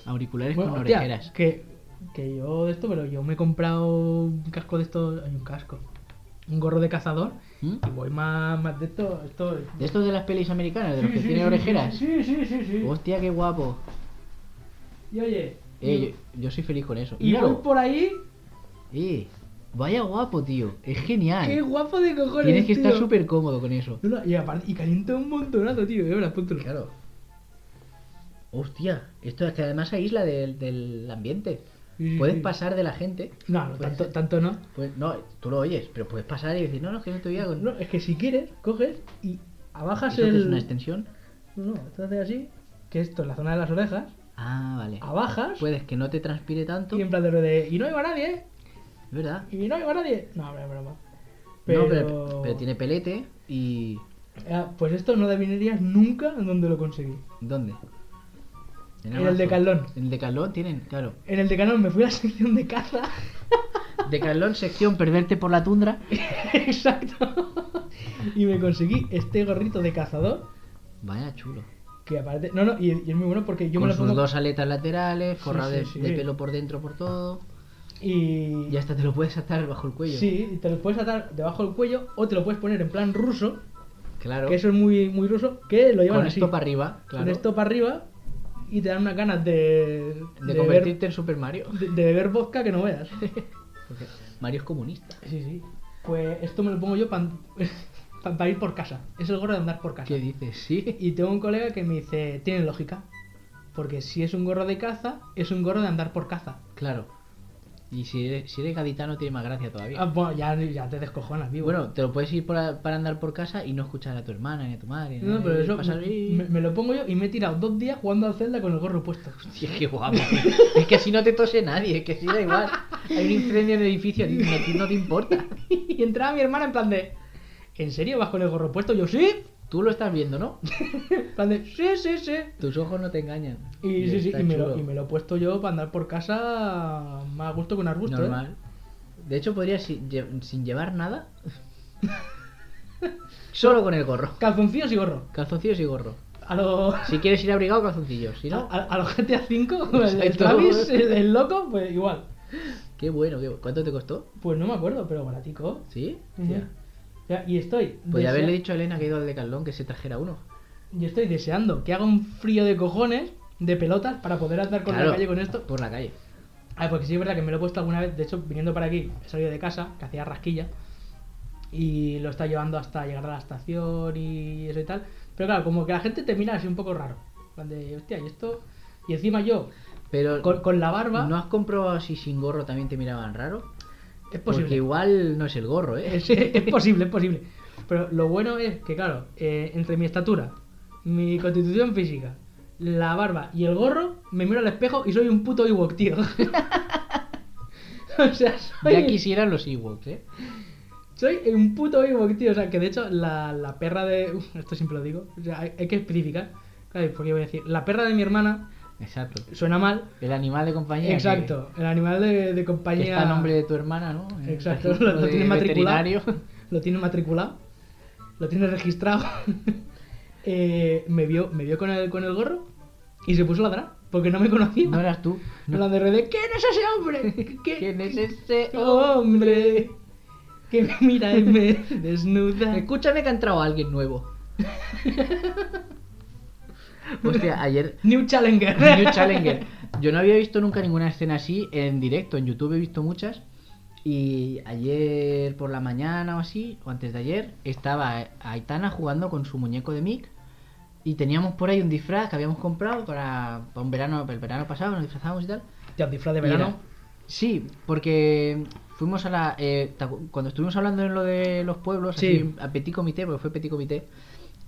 Auriculares
Bueno,
con
hostia,
orejeras.
que, que yo de esto, pero yo me he comprado un casco de estos. Hay un casco. Un gorro de cazador.
¿Mm?
Y voy más, más de esto. esto
De estos de las pelis americanas, de los que
Sí, sí,
tienen
sí,
orejeras.
Sí, sí, sí. sí.
Hostia, qué guapo.
Y oye.
Eh, yo, yo soy feliz con eso.
y voy
Míralo.
por ahí
Eh, Vaya guapo, tío. Es genial.
Qué guapo de cojones.
Tienes que estar
tío.
súper cómodo con eso.
No, no, Y aparte, y calienta un montonazo, tío. Yo me la apunto.
Claro. Hostia, esto es que además aísla del, del ambiente.
Sí, sí,
Puedes
sí.
pasar de la gente.
No, no,
Puede
tanto,
ser.
tanto no.
Pues, no, tú lo oyes, pero puedes pasar y decir, no, no, es que no te voy a... con-".
No, es que si quieres, coges y abajas
¿Eso que
el.
es una extensión?
No, no, te haces así, que esto es la zona de las orejas,
Ah, vale.
abajas,
Puedes que no te transpire tanto.
y en plan de lo de. Y no iba nadie, ¿eh?
Es verdad.
Y no iba nadie. No, hombre, es broma.
No, pero, pero tiene pelete y...
Ah, pues esto no adivinarías nunca en dónde lo conseguí.
¿Dónde?
En el Decathlon.
En el Decathlon tienen, claro.
En el Decathlon me fui a la sección de caza.
Decathlon sección perderte por la tundra.
Exacto. y me conseguí este gorrito de cazador.
Vaya chulo.
Que aparte. No, no, y, y es muy bueno porque yo
Con
me lo
sus
pongo.
dos aletas laterales,
Sí,
forrado
sí,
de-
sí.
de pelo por dentro por todo.
Y.
Y hasta te lo puedes atar bajo el cuello.
Sí, y te los puedes atar debajo del cuello o te lo puedes poner en plan ruso,
Claro.
que eso es muy, muy ruso, que lo llevan
Con
así.
esto para arriba, claro.
Con esto para arriba y te dan unas ganas de.
De,
beber-
convertirte en Super Mario.
de- de beber vodka que no veas.
Porque Mario es comunista.
Sí, sí. Pues esto me lo pongo yo para ir por casa. Es el gorro de andar por casa.
¿Qué dices? Sí.
Y tengo un colega que me dice, tiene lógica. Porque si es un gorro de caza, es un gorro de andar por caza.
Claro. Y si eres, si eres gaditano tiene más gracia todavía.
Ah, bueno, ya, ya te descojonas,
Y
vivo.
bueno, te lo puedes ir para, para andar por casa y no escuchar a tu hermana ni a tu madre.
no,
ni-
pero eso
pasar ahí.
me, me lo pongo yo y me he tirado dos días jugando al Zelda con el gorro puesto.
Hostia, qué guapo. es que así no te tose nadie, es que así da igual. Hay un incendio en el edificio, a ti- a ti no te importa.
Y entraba mi hermana en plan de, ¿en serio vas con el gorro puesto? Yo, sí.
Tú lo estás viendo, ¿no?
En plan de, sí, sí, sí.
Tus ojos no te engañan.
Y, sí, sí,
está
y me, lo,
chulo.
y me lo he puesto yo para andar por casa más a gusto que un arbusto. ¿eh?
Normal. De hecho, podría sin, lle- sin llevar nada. Solo con el gorro.
Calzoncillos y gorro.
Calzoncillos y gorro.
A los...
Si quieres ir abrigado, calzoncillos. Si
A,
no,
a- a los GTA V, el, el
Exacto.
Travis, el, el loco, pues igual.
qué bueno, qué bueno. ¿Cuánto te costó?
Pues no me acuerdo, pero baratico.
¿Sí?
Ujú. Pues
Tía.
Ya, Y estoy.
Podría
desea-
haberle dicho a Elena que he ido al Decathlon que se trajera uno.
Yo estoy deseando que haga un frío de cojones de pelotas para poder andar con
Claro,
la calle con esto.
Por la calle.
Ah, porque sí es verdad que me lo he puesto alguna vez. De hecho, viniendo para aquí, he salido de casa, que hacía rasquilla. Y lo está llevando hasta llegar a la estación y eso y tal. Pero claro, como que la gente te mira así un poco raro. En plan de, hostia, y esto. Y encima yo,
Pero,
con, con la barba,
¿no has comprobado si sin gorro también te miraban raro?
es posible.
Porque igual no es el gorro, ¿eh?
Es, es posible, es posible. Pero lo bueno es que, claro, eh, entre mi estatura, mi constitución física, la barba y el gorro, me miro al espejo y soy un puto Ewok, tío. o sea, soy,
Ya quisieran los Ewoks, ¿eh?
soy un puto Ewok, tío. O sea, que de hecho, la, la perra de. Uf, esto siempre lo digo. O sea, hay, hay que especificar. Claro, porque voy a decir, la perra de mi hermana
Exacto.
suena mal.
El animal de compañía. que-
Exacto, el animal de, de
que
compañía.
está a nombre de tu hermana, ¿no? En el
Exacto,
registro
lo, lo
de
tiene matriculado.
veterinario.
Lo tiene matriculado. Lo tiene registrado. Eh, me vio, me vio con, el, con el gorro y se puso a ladrar porque no me conocía.
No eras tú.
En plan de red de, ¿Quién es ese hombre? ¿Qué-
¿Quién es ese
qué hombre?
hombre?
Que me mira y me desnuda.
Escúchame que ha entrado alguien nuevo. Hostia, ayer.
New Challenger.
New Challenger. Yo no había visto nunca ninguna escena así en directo. En YouTube he visto muchas. Y ayer por la mañana o así, o antes de ayer, estaba Aitana jugando con su muñeco de Mick. Y teníamos por ahí un disfraz que habíamos comprado para, para un verano, para el verano pasado, nos disfrazábamos y tal.
Tío, disfraz de
Y era-
verano.
Sí, porque fuimos a la. eh, ¿te acu- cuando estuvimos hablando en lo de los pueblos,
Sí.
así, a Petit Comité, porque fue Petit Comité,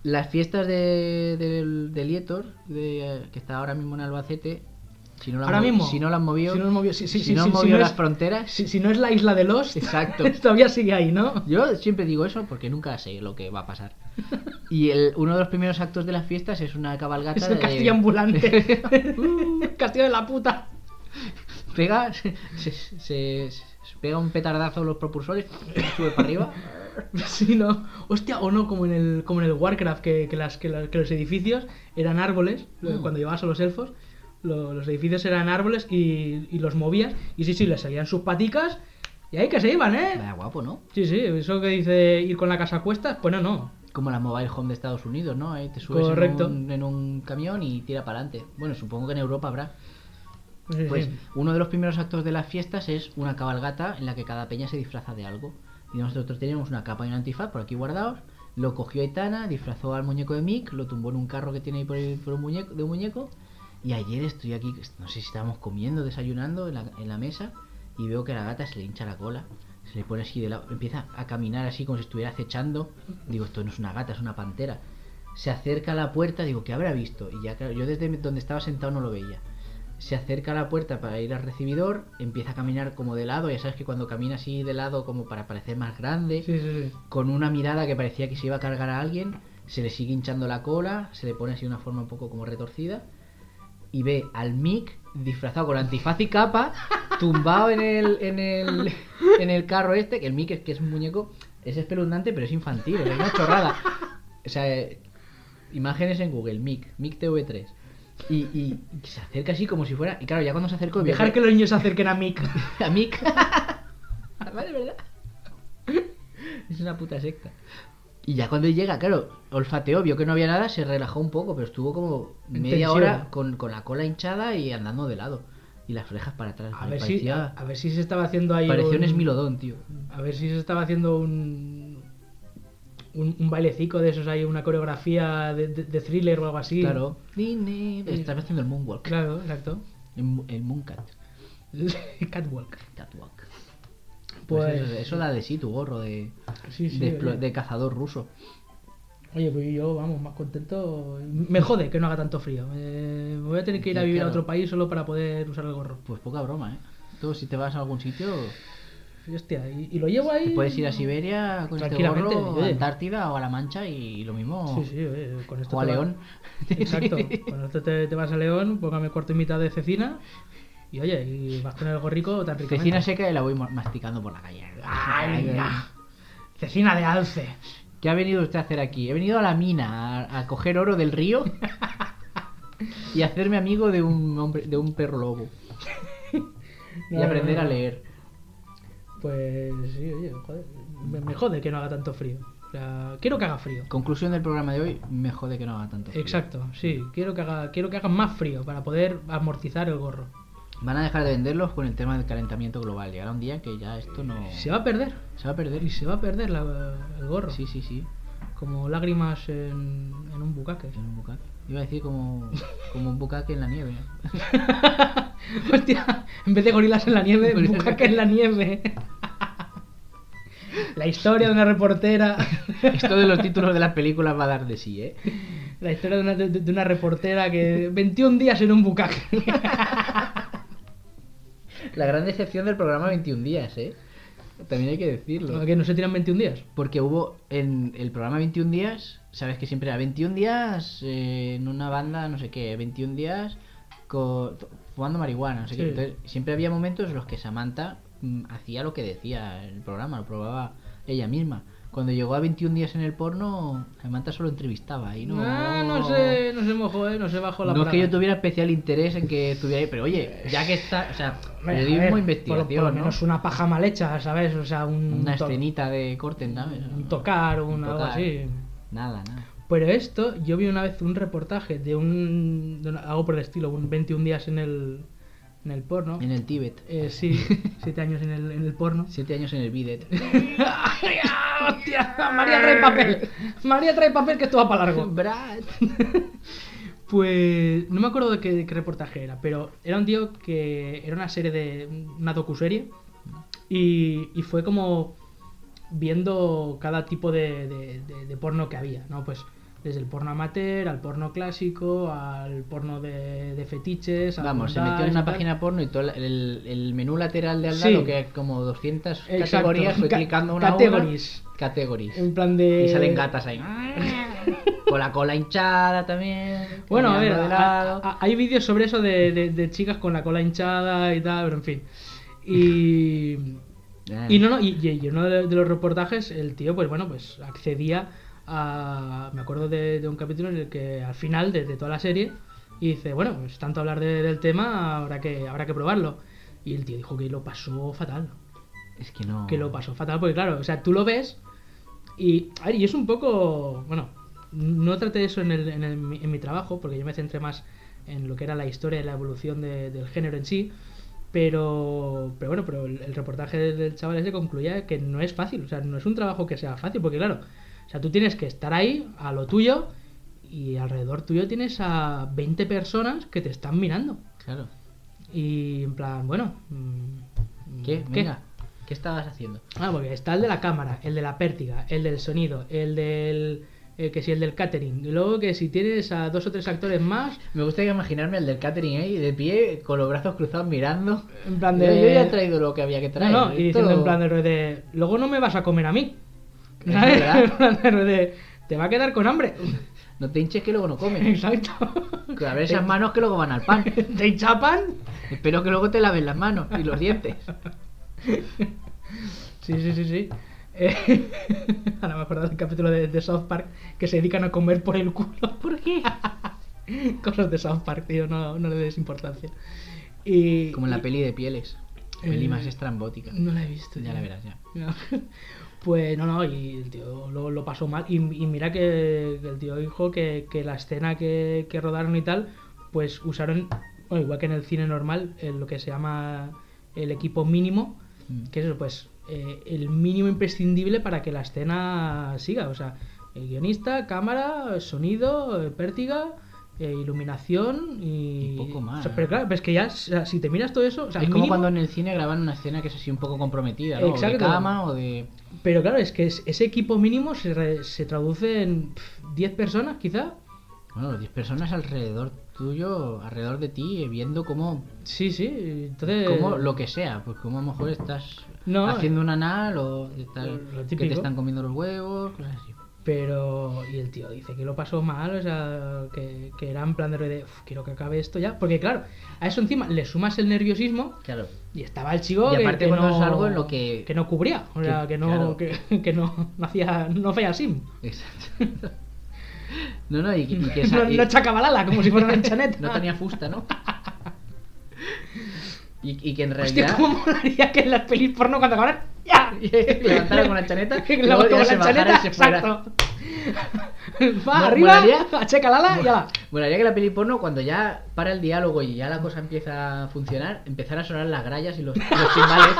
las fiestas de, del de Lietor, de- eh, que está ahora mismo en Albacete, si no la han
Ahora
movi-
mismo.
Si no la han movido,
Si no, lo han movido- sí, sí,
si
sí,
no
sí,
han
sí,
movido
no
las
es-
fronteras.
si- si no es la isla de Lost,
Exacto.
todavía sigue ahí, ¿no?
Yo siempre digo eso porque nunca sé lo que va a pasar. Y el, uno de los primeros actos de las fiestas es una cabalgata
Es el
de-
castillo ambulante. El castillo de la puta.
pega, se, se- se- se pega un petardazo a los propulsores, sube para arriba.
Sí, no. Hostia, o no, como en el, como en el Warcraft, que, que las, que, las- que los edificios eran árboles, lo-
Mm.
cuando llevabas a los elfos, lo- los edificios eran árboles y, y los movías, y sí, sí, les salían sus paticas, y ahí que se iban, ¿eh?
Vaya guapo, ¿no?
Sí, sí, eso que dice ir con la casa a cuestas, pues no, no.
Como las mobile home de Estados Unidos, ¿no? Ahí te subes en
Correcto.
un, en un camión y tira para adelante. Bueno, supongo que en Europa habrá.
Sí,
Pues
sí.
uno de los primeros actos de las fiestas es una cabalgata en la que cada peña se disfraza de algo. Y nosotros teníamos una capa y un antifaz por aquí guardados. Lo cogió Aitana, disfrazó al muñeco de Mick, lo tumbó en un carro que tiene ahí por, el- por un muñeco, de un muñeco. Y ayer estoy aquí, no sé si estábamos comiendo, desayunando en la, en la mesa, y veo que a la gata se le hincha la cola. Se le pone así de lado, empieza a caminar así como si estuviera acechando. Digo, esto no es una gata, es una pantera. Se acerca a la puerta, digo, ¿qué habrá visto? Y ya, claro, yo desde donde estaba sentado no lo veía se acerca a la puerta para ir al recibidor, empieza a caminar como de lado, ya sabes que cuando camina así de lado como para parecer más grande,
Sí, sí, sí.
con una mirada que parecía que se iba a cargar a alguien, se le sigue hinchando la cola, se le pone así de una forma un poco como retorcida, y ve al Mick disfrazado con antifaz y capa, tumbado en el, en el, en el carro este, que el Mick es que es un muñeco, es espeluznante pero es infantil, es una chorrada. O sea, eh, imágenes en Google, Mick, Mick TV3. Y, y se acerca así como si fuera. Y claro, ya cuando se acercó, vio
Dejar que los niños se acerquen a Mick.
a Mick. vale, ¿verdad? Es una puta secta. Y ya cuando llega, claro, olfateó, vio que no había nada, se relajó un poco, pero estuvo como
En
media
tensión.
hora con, con la cola hinchada y andando de lado. Y las orejas para atrás.
A
¿vale?
ver, si, a,
parecía,
a ver si se estaba haciendo ahí.
parecía un
un-
esmilodón, tío.
A ver si se estaba haciendo un. Un, un bailecico de esos ahí, una coreografía de, de- de thriller o algo así.
Claro. Estaba haciendo el moonwalk.
Claro, exacto.
El, mu- el mooncat.
Catwalk.
Catwalk.
Pues-
Pues, eso, eso da de sí tu gorro de,
Sí, sí.
de, explo-
oye.
de cazador ruso.
Oye, pues yo, vamos, más contento. Me jode que no haga tanto frío. Eh, voy a tener que ir a
Ya,
vivir a
claro.
otro país solo para poder usar el gorro.
Pues poca broma, ¿eh? Tú, si te vas a algún sitio,
Hostia, y, y lo llevo ahí.
te puedes ir a Siberia con este
Tranquilamente,
gorro, a
oye.
Antártida o a La Mancha y lo mismo.
Sí, sí, oye, con esto.
O a
te va-
León.
Exacto. Con esto te, te vas a León, póngame cuarto y mitad de cecina. Y oye, y vas con el gorrico tan rico.
Cecina seca y la voy ma- masticando por la calle.
Ay, ah, Cecina de alce.
¿Qué ha venido usted a hacer aquí? He venido a la mina, a, a coger oro del río y hacerme amigo de un hombre, de un perro lobo y
No,
aprender
no,
a
no.
leer.
Pues sí, oye, joder. Me, me jode que no haga tanto frío. O sea, quiero que haga frío.
Conclusión del programa de hoy, me jode que no haga tanto. frío. Mm.
Exacto, sí. Quiero que haga, quiero que haga más frío para poder amortizar el gorro.
Van a dejar de venderlos con el tema del calentamiento global. Llegará un día que ya esto no
Se va a perder.
se va a perder.
Y se va a perder la- el gorro.
Sí, sí, sí.
Como lágrimas en, en un bucaque.
En un bucaque. Iba a decir como, como un bucaque en la nieve.
Hostia, en vez de gorilas en la nieve,
Gorilas en la
bucaque en la nieve. La historia de una reportera.
Esto de los títulos de las películas va a dar de sí, ¿eh?
La historia de una, de- de una reportera que 21 días en un bucaque.
La gran decepción del programa 21 días, ¿eh? También hay que decirlo.
Que no se tiran 21 días.
Porque hubo en el programa 21 días, sabes que siempre era 21 días eh, en una banda, no sé qué, 21 días co- to- fumando marihuana, no sé
Sí.
qué. Entonces, siempre había momentos en los que Samantha mm, hacía lo que decía el programa, lo probaba ella misma. Cuando llegó a 21 días en el porno, Samantha solo entrevistaba y no...
Ah, no se, no se mojó, eh, no se bajó la
No es que
braga.
yo tuviera especial interés en que estuviera ahí, pero oye, ya que está, o sea,
Hombre, a ver,
periodismo
por-
investigación,
por lo
¿no?
menos una paja mal hecha, ¿sabes? O sea, un.
Una
to-
escenita de corte, ¿sabes?
Un tocar, un,
Un
algo
tocar.
así.
Nada, nada.
Pero esto, yo vi una vez un reportaje de un. de una- algo por el estilo, un 21 días en el. en el porno.
En el Tíbet.
Eh, sí, 7 años en el, en el porno.
Siete años en el bidet.
¡Ay, ah, ¡Hostia! María trae papel. María trae papel que esto va para largo.
Brad.
Pues no me acuerdo de qué, qué reportaje era, pero era un tío que era una serie de. una docuserie y, y fue como viendo cada tipo de, de- de- de porno que había, ¿no? Pues desde el porno amateur al porno clásico, al porno de, de fetiches. al
Vamos, se
bondage
metió en
y
una
tal.
página porno y todo el, el- el menú lateral de al
Sí.
lado, que hay como 200
Exacto.
categorías, fue
Ca-
clicando una a
categories.
una. Categories.
En plan de.
Y salen gatas ahí. Con la cola hinchada también.
Bueno, a ver,
caminando de
a-
lado.
a- hay vídeos sobre eso de, de- de chicas con la cola hinchada y tal, pero en fin. Y.
Eh,
Y no, no, y, y- y uno de, de los reportajes, el tío, pues bueno, pues accedía a. Me acuerdo de, de un capítulo en el que al final de, de toda la serie, y dice, bueno, pues tanto hablar de- del tema, habrá que, habrá que probarlo. Y el tío dijo que lo pasó fatal.
Es que no.
Que lo pasó fatal, porque claro, o sea, tú lo ves y. A ver, y es un poco. Bueno, no traté eso en, el, en, el- en mi trabajo, porque yo me centré más en lo que era la historia y la evolución de- del género en sí. Pero, pero bueno, pero el, el reportaje del chaval ese concluía que no es fácil, o sea, no es un trabajo que sea fácil, porque claro, o sea, tú tienes que estar ahí a lo tuyo y alrededor tuyo tienes a 20 personas que te están mirando.
Claro.
Y en plan, bueno, mm,
¿Qué? Venga, ¿qué estabas haciendo?
Ah, porque está el de la cámara, el de la pértiga, el del sonido, el del. eh, que si el del catering. Y luego que si tienes a dos o tres actores más,
Me gusta imaginarme al del catering ahí, de pie, con los brazos cruzados mirando.
en plan de.
Yo, yo ya he traído lo que había que
eh,
traer. ¿eh?
No, no, y diciendo
Esto-
en plan de, rollo de. Luego no me vas a comer a mí.
Es
¿Sabes?
verdad.
En plan de, rollo de, Te va a quedar con hambre.
No te hinches que luego no comes.
Exacto.
A ver esas manos que luego van al pan.
Te chapan.
Espero que luego te laves las manos y los dientes.
Sí, sí, sí, sí. Eh, ahora me acuerdo del capítulo de, de South Park que se dedican a comer por el culo. ¿Por qué? Cosas de South Park, tío, no, no le des importancia. Y,
Como en
y-
la peli de pieles. Peli
Eh,
más estrambótica.
No la he visto.
Ya
tío.
la verás, ya.
No. Pues no, no, y el tío lo, lo pasó mal. Y, y mira que el tío dijo que, que la escena que, que rodaron y tal, pues usaron, bueno, igual que en el cine normal, eh, lo que se llama el equipo mínimo,
Mm.
que es eso, pues eh, el mínimo imprescindible para que la escena siga. O sea, el guionista, cámara, sonido, eh, pértiga, eh, iluminación y...
Y poco más,
O sea, pero
¿no?
claro, pero es que ya, o sea, si te miras todo eso... o sea,
es como
mínimo-
cuando en el cine graban una escena que es así un poco comprometida, ¿no? O
Exacto.
de cama o de...
Pero claro, es que es- ese equipo mínimo se, re- se traduce en pf, 10 personas, quizá.
Bueno, 10 personas alrededor tuyo, alrededor de ti, eh, viendo cómo...
Sí, sí. Entonces.
Como lo que sea, pues como a lo mejor estás
No,
haciendo un anal o estás-
lo
que te
típico.
están comiendo los huevos, cosas así.
Pero. Y el tío dice que lo pasó mal, o sea, que, que era en plan de. rollo de, "Uf, quiero que acabe esto ya. Porque claro, a eso encima le sumas el nerviosismo
Claro.
y estaba el chico.
Y
que-
aparte
que,
cuando
no,
es algo en lo que-
no cubría, o sea,
que-
que no.
claro.
Que, que no, no hacía. No hacía sim.
Exacto. No, no, y, que- y que esa-
No,
y-
no achacaba la ala, como si fuera una chaneta.
no tenía fusta, ¿no? Y, y que en realidad...
Hostia, ¿cómo molaría que en las pelis porno cuando acabaran. ¡Ya!
Levantara con la chaneta,
Que
luego
la
ya
con
se
la
bajara
chaneta,
y se fuera.
exacto.
Mo-
Va arriba,
molaría-
acheca la ala y ala.
Bueno, ya que la peli porno, cuando ya para el diálogo y ya la cosa empieza a funcionar, empezar a sonar las grallas y los, y los timbales.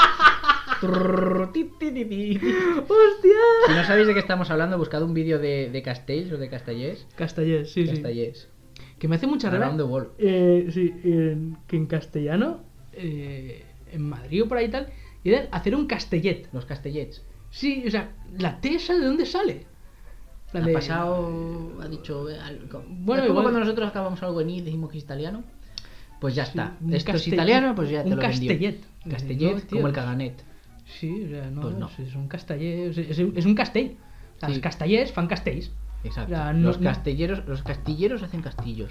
Trrrr, ti, ti, ti, ti, ti.
¡Hostia!
Si no sabéis de qué estamos hablando, buscad un vídeo de, de Castells o de Castellés.
Castellés, sí,
Castellés.
sí. Que me hace mucha rabia.
Around the world.
Eh, sí, en- que en castellano, eh, en Madrid o por ahí y tal, y era hacer un castellet.
Los Castellets.
Sí, o sea, la T esa de dónde sale. En plan
Ha
de-
pasado, ha dicho. eh, algo-
Bueno,
es como
igual-
cuando nosotros acabamos algo en I decimos que es italiano. Pues ya
Sí,
está.
un
Esto es
castell-
italiano, pues ya te
un
lo vendió.
castellet.
Castellet,
No, tío.
como el caganet.
Sí, o sea, no,
Pues no.
es un castellet, es, es un- es un castell. O sea,
Sí.
los castellers fan castells.
Exacto.
Ya, no-
los
no-
castelleros, los castilleros hacen castillos.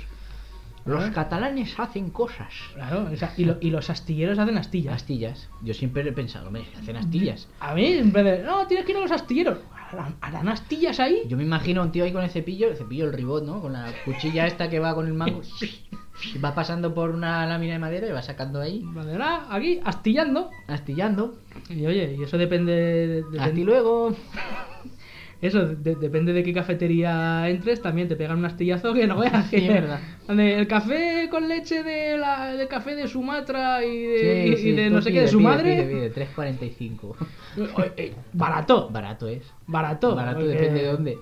Los
Ah.
catalanes hacen cosas.
Claro, o sea, y, lo- y los astilleros hacen astillas.
Astillas. Yo siempre he pensado, hombre, hacen astillas.
A mí, en plan de, no, tienes que ir a los astilleros. ¿Harán, harán astillas ahí?
Yo me imagino a un tío ahí con el cepillo, el cepillo, el ribot, ¿no? Con la cuchilla esta que va con el mango. Y va pasando por una lámina de madera y va sacando ahí,
En plan de, "Ah, aquí, astillando.
astillando.
Y oye, y eso depende. de- de-
Hasta y luego.
eso de- depende de qué cafetería entres, también te pegan un astillazo que no veas.
Sí,
que-
es verdad.
donde el café con leche de, la, de café de Sumatra y de, Eh, y- y de
tú
no sé qué,
pide,
de su
pide,
madre.
pide, pide, 3.45.
eh, eh, barato,
Barato es.
barato.
Barato
porque-
depende de dónde.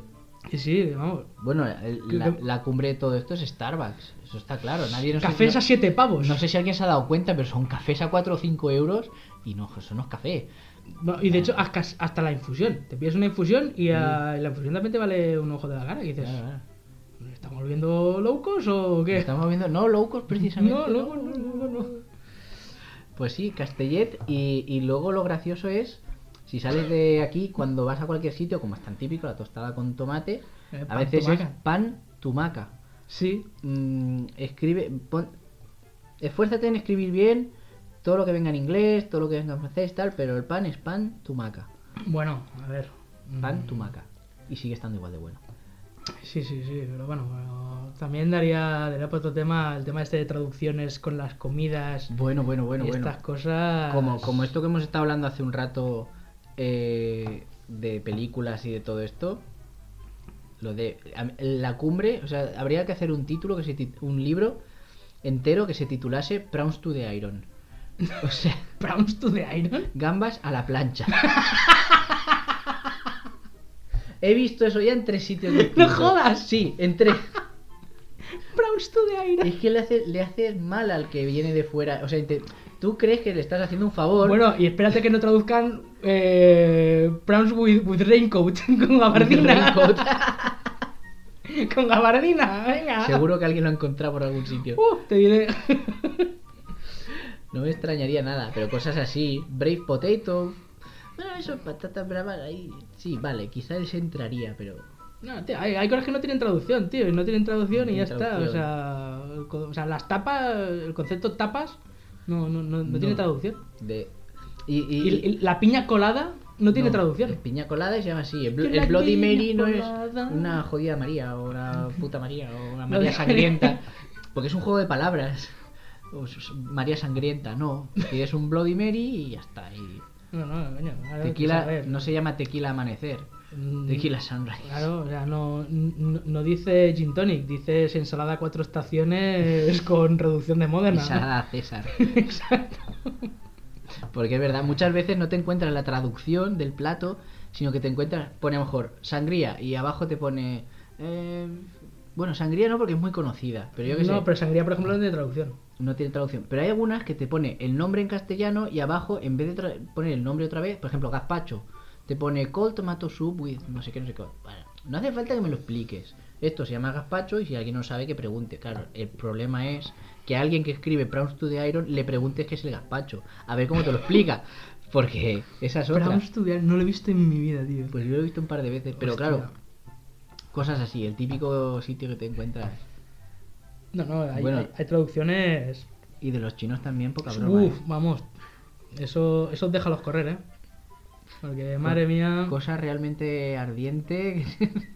Sí, sí, vamos.
Bueno, el- la, la cumbre de todo esto es Starbucks. Eso está claro. Nadie nos
Cafés
no-
a 7 pavos.
No sé si alguien se ha dado cuenta, pero son cafés a 4 o 5 euros y no, eso no es café.
No, y de hecho, hasta, hasta la infusión. Te pides una infusión y a- la infusión también te vale un ojo de la cara. Y dices,
Mm. Claro, claro.
¿estamos volviendo locos o qué?
Estamos viendo, no, locos precisamente.
No, no, no, no, no.
Pues sí, Castellet. Y, y luego lo gracioso es, si sales de aquí, cuando vas a cualquier sitio, como es tan típico, la tostada con tomate,
Eh,
a
pan
veces
tumaca.
es pan tumaca.
Sí,
Mm, escribe, pon- esfuérzate en escribir bien todo lo que venga en inglés, todo lo que venga en francés, tal, pero el pan es pan tumaca.
bueno, a ver. Mm.
Pan tumaca. Y sigue estando igual de bueno.
Sí, sí, sí, pero bueno, bueno, también daría, daría para otro tema el tema este de traducciones con las comidas
Bueno, bueno, bueno,
y
bueno.
estas cosas.
Como, como esto que hemos estado hablando hace un rato eh, de películas y de todo esto, lo de a- la cumbre, o sea, habría que hacer un título, que se tit- un libro entero que se titulase Prawns to the Iron. O sea,
Browns to the Iron.
gambas a la plancha. He visto eso ya en tres sitios distintos.
jodas!
Sí, en tres.
Browns to the Iron.
Es que le haces le haces mal al que viene de fuera. O sea, te- tú crees que le estás haciendo un favor.
Bueno, y espérate que no traduzcan eh, Browns with, with Raincoat con gabardina. con gabardina, venga.
Seguro que alguien lo ha encontrado por algún sitio.
Uh, te diré.
No me extrañaría nada, pero cosas así. Brave Potato. Bueno, eso, patatas bravas ahí. Sí, vale, quizás les entraría, pero.
No, tío, hay, hay cosas que no tienen traducción, tío. y No tienen traducción
No
y ya
tienen
está. O
traducción.
sea, el co- o sea, las tapas, el concepto tapas, no, no, no, no
No.
tiene traducción.
De... Y,
Y,
y-
y la piña colada no tiene
no,
traducción.
es piña colada y se llama así. El,
Que
bl-
la
el Bloody
piña
Mary no es
colada.
una jodida María o una puta María o una
Bloody
María sangrienta. Porque es un juego de palabras. O s- s- María sangrienta, no. Tienes un Bloody Mary y ya está. Y
No, no, coño. ahora, pues, a
tequila
ver.
no se llama tequila amanecer.
Mm,
Tequila sunrise.
Claro, o sea, no, no, no dice gin tonic, dices ensalada cuatro estaciones con reducción de
Y
moderna.
salada César.
Exacto.
Porque es verdad, muchas veces no te encuentras la traducción del plato, sino que te encuentras, pone a lo mejor sangría y abajo te pone. eh, bueno, sangría no porque es muy conocida, pero yo que
no,
sé,
pero sangría, por ejemplo, no tiene traducción.
no tiene traducción. Pero hay algunas que te pone el nombre en castellano y abajo, en vez de tra- poner el nombre otra vez, por ejemplo, gazpacho, te pone cold tomato soup with no sé qué, no sé qué. Bueno, no hace falta que me lo expliques. Esto se llama gazpacho y si alguien no sabe, que pregunte. Claro, el problema es que a alguien que escribe Prawns to the Iron le preguntes qué es el gazpacho. A ver cómo te lo explica. Porque esa es otra.
Brown Studiar no lo he visto en mi vida, tío.
Pues yo lo he visto un par de veces, pero
Hostia.
claro, cosas así, el típico sitio que te encuentras.
No, no, hay,
Bueno.
hay- hay traducciones. pues,
Y de los chinos también, poca broma.
Uf,
¿eh?
vamos. Eso, eso déjalos correr, eh. Porque, madre mía.
Cosa realmente ardiente.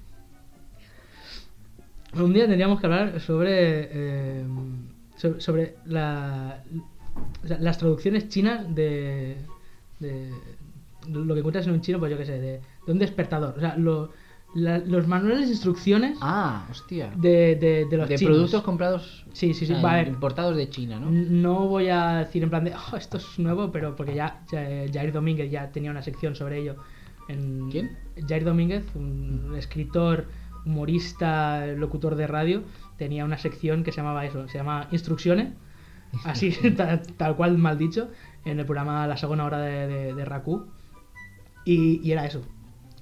Un día tendríamos que hablar sobre. eh, sobre, sobre la, o sea, las traducciones chinas de, de Lo que encuentras en un chino, pues yo qué sé, de, de un despertador. O sea, lo- la- los manuales de instrucciones
ah, hostia.
de, de, de los
de
chinos.
productos comprados
Sí, sí, sí.
o sea,
va a ver.
importados de China, ¿no?
No voy a decir en plan de, "Oh, esto es nuevo, pero porque ya, ya- Jair Domínguez ya tenía una sección sobre ello. En
¿Quién?
Jair Domínguez, un escritor, humorista, locutor de radio, tenía una sección que se llamaba eso, se llama Instrucciones, así tal, tal cual mal dicho, en el programa La Segunda Hora de, de, de Raku. Y, y era eso.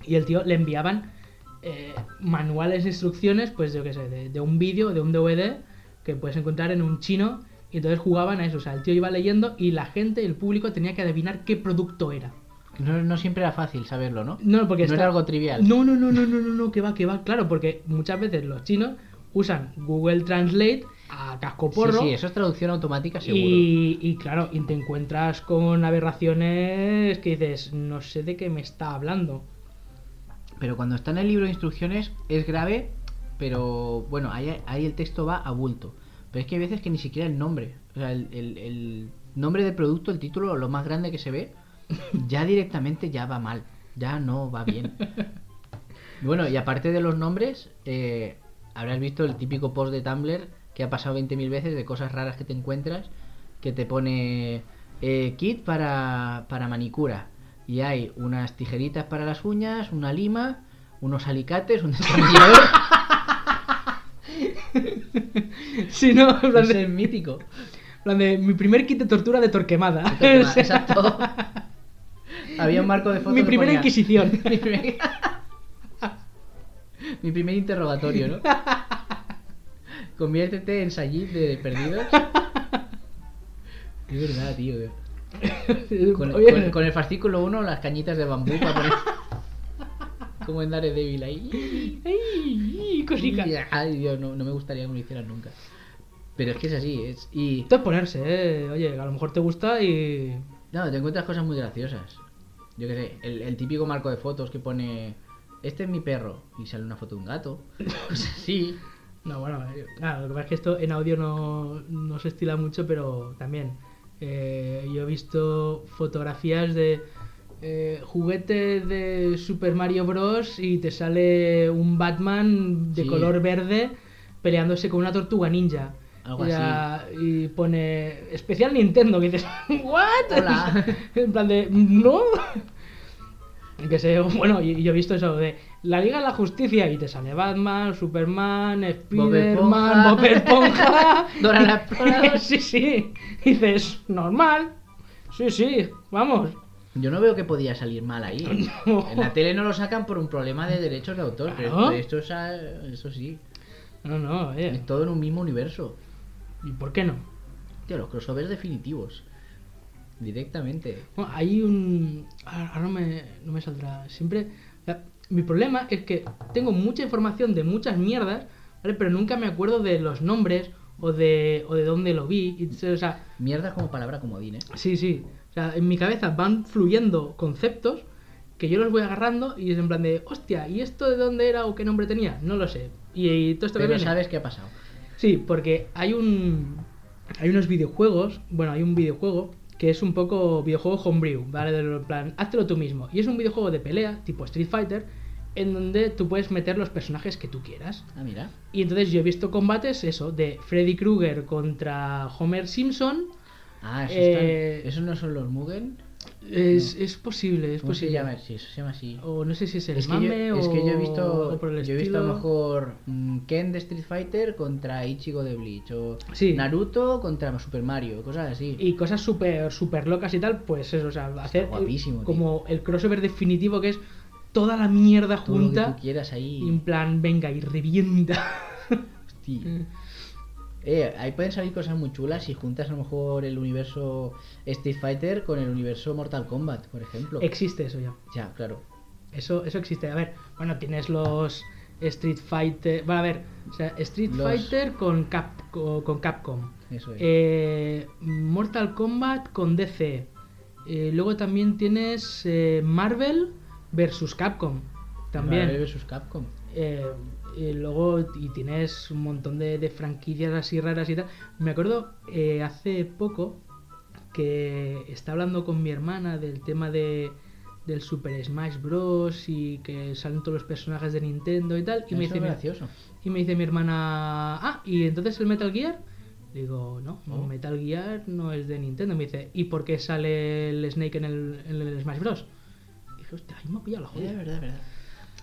Y el tío le enviaban eh, manuales de instrucciones, pues yo qué sé, de, de un vídeo, de un DVD que puedes encontrar en un chino. Y entonces jugaban a eso. O sea, el tío iba leyendo y la gente, el público, tenía que adivinar qué producto era.
No, no siempre era fácil saberlo, ¿no?
No, porque
No
está-
era algo trivial.
No, no, no, no, no, no, no, que va, que va. Claro, porque muchas veces los chinos usan Google Translate a
sí,
cascoporro.
sí, eso es traducción automática seguro.
y, y claro, y te encuentras con aberraciones que dices, no sé de qué me está hablando.
Pero cuando está en el libro de instrucciones es grave, pero bueno, ahí, ahí el texto va a bulto. Pero es que hay veces que ni siquiera el nombre, o sea, el, el- el nombre del producto, el título, lo más grande que se ve, ya directamente ya va mal, ya no va bien. Bueno, y aparte de los nombres, eh, habrás visto el típico post de Tumblr que ha pasado 20.000 veces de cosas raras que te encuentras, que te pone eh, kit para, para manicura. Y hay unas tijeritas para las uñas, una lima, unos alicates, un destornillador.
Si no, en plan
Ese
de,
es mítico.
en plan de, mi primer kit de tortura de Torquemada. O sea,
Exacto. Había un marco de fotos.
mi
que
primera
ponía-
inquisición.
Mi primer... Mi primer interrogatorio, ¿no? Conviértete en Sayid de Perdidos. Es verdad, tío. Con,
Oye,
con- con el fascículo 1, las cañitas de bambú para poner. Como en Daredevil ahí.
¡Ay, cosica!
Ay, Dios, no, no me gustaría que me lo hicieran nunca. Pero es que es así. Es... Y.
Esto es ponerse, eh. Oye, a lo mejor te gusta y.
No, te encuentras cosas muy graciosas. Yo qué sé, el, el típico marco de fotos que pone. Este es mi perro. Y sale una foto de un gato. Cosas así.
No, bueno, eh, nada, lo que pasa es que esto en audio no, no se estila mucho, pero también. eh, yo he visto fotografías de eh, juguetes de Super Mario Bros. y te sale un Batman de
Sí.
color verde peleándose con una tortuga ninja.
Algo
y,
así.
a- y pone especial Nintendo, que dices, ¿what?
Hola.
en plan de, no. Que se, bueno, y y yo he visto eso de la Liga de la Justicia y te sale Batman, Superman, Spiderman,
Esponja.
Bob Esponja.
Dora la Exploradora.
sí, sí. Y dices, normal. Sí, sí, vamos.
Yo no veo que podía salir mal ahí. En la tele no lo sacan por un problema de derechos de autor,
Claro.
pero esto, esto es, eso sí.
No, no, oye.
Es todo en un mismo universo.
¿Y por qué no?
Tío, los crossovers definitivos. Directamente.
Bueno, hay un. Ahora ahora no me, no me saldrá. Siempre. o sea, Mi problema es que tengo mucha información de muchas mierdas, ¿vale? Pero nunca me acuerdo de los nombres o de, o de dónde lo vi. y, o sea,
Mierda como palabra comodín, ¿eh?
sí, sí. O sea, en mi cabeza van fluyendo conceptos que yo los voy agarrando y es en plan de, hostia, ¿y esto de dónde era o qué nombre tenía? No lo sé. Y, y todo esto que
Pero
viene.
sabes qué ha pasado.
Sí, porque hay un. Hay unos videojuegos. Bueno, hay un videojuego que es un poco videojuego homebrew, ¿vale? Del plan, háztelo tú mismo. Y es un videojuego de pelea, tipo Street Fighter, en donde tú puedes meter los personajes que tú quieras.
Ah, mira.
Y entonces yo he visto combates, eso, de Freddy Krueger contra Homer Simpson.
Ah, eso
Eh,
están- ¿esos no son los Mugen?
Es, es posible, es
¿Cómo se
posible.
llama? Sí, eso se llama así.
O no sé si es el
es, que
mame
yo,
o
es que yo he visto,
algo por el
yo he visto a lo
estilo.
mejor mm, Ken de Street Fighter contra Ichigo de Bleach o
Sí.
Naruto contra Super Mario, cosas así.
y cosas súper super locas y tal, pues eso, o sea, hacer el-
guapísimo, tío.
como el crossover definitivo que es toda la mierda
Todo lo que
junta
tú quieras ahí.
y en plan, venga y revienta.
Hostia. Mm. Eh, ahí pueden salir cosas muy chulas si juntas a lo mejor el universo Street Fighter con el universo Mortal Kombat, por ejemplo.
existe eso ya.
ya, claro.
Eso eso existe. A ver, bueno, tienes los Street Fighter, bueno, a ver, o sea, Street
Los-
Fighter con Cap co- con Capcom.
Eso es.
Eh, Mortal Kombat con DC. Eh, luego también tienes eh, Marvel versus Capcom. También.
Marvel vs Capcom.
Eh, y luego y tienes un montón de, de franquicias así raras y tal. Me acuerdo eh, hace poco que está hablando con mi hermana del tema de del Super Smash Bros. y que salen todos los personajes de Nintendo y tal. Y me, dice,
Eso es
mi,
gracioso.
y me dice mi hermana, ah, ¿y entonces el Metal Gear? Digo, no,
No.
Metal Gear no es de Nintendo. Me dice, ¿y por qué sale el Snake en el, en el Smash Bros? Y dije, hostia, ahí me ha pillado la
Eh,
joya.
verdad, verdad.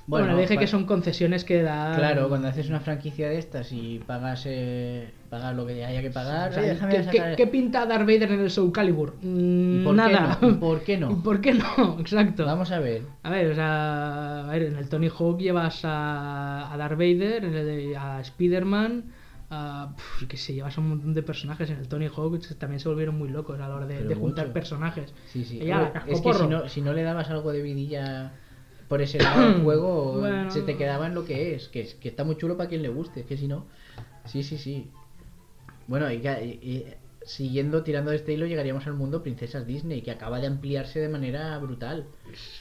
Bueno, le dije
pa-
que son concesiones que da.
pues- Claro, cuando haces una franquicia de estas y pagas, eh, pagas lo que haya que pagar,
O sea,
"Oye, déjame
¿qué,
sacar-
qué- qué pinta Darth Vader en el Soul Calibur?
¿Y
Mm,
por qué
Nada.
no? ¿Y por qué no?
¿Y por qué no? Exacto.
Vamos a ver.
A ver, o sea, a ver, en el Tony Hawk llevas a, a Darth Vader, en el de- a Spider-Man, a. pf, que se llevas a un montón de personajes. En el Tony Hawk se- también se volvieron muy locos a la hora de,
Pero
de juntar
mucho.
personajes.
Sí, sí.
Ella la
Hombre,
cascó
es que
porro.
si no, si no le dabas algo de vidilla por ese lado del juego,
Bueno.
se te quedaba en lo que es, que, es- que está muy chulo para quien le guste, es que si no. Sí, sí, sí. Bueno, y, ca- y- y siguiendo tirando de este hilo, llegaríamos al mundo Princesas Disney, que acaba de ampliarse de manera brutal.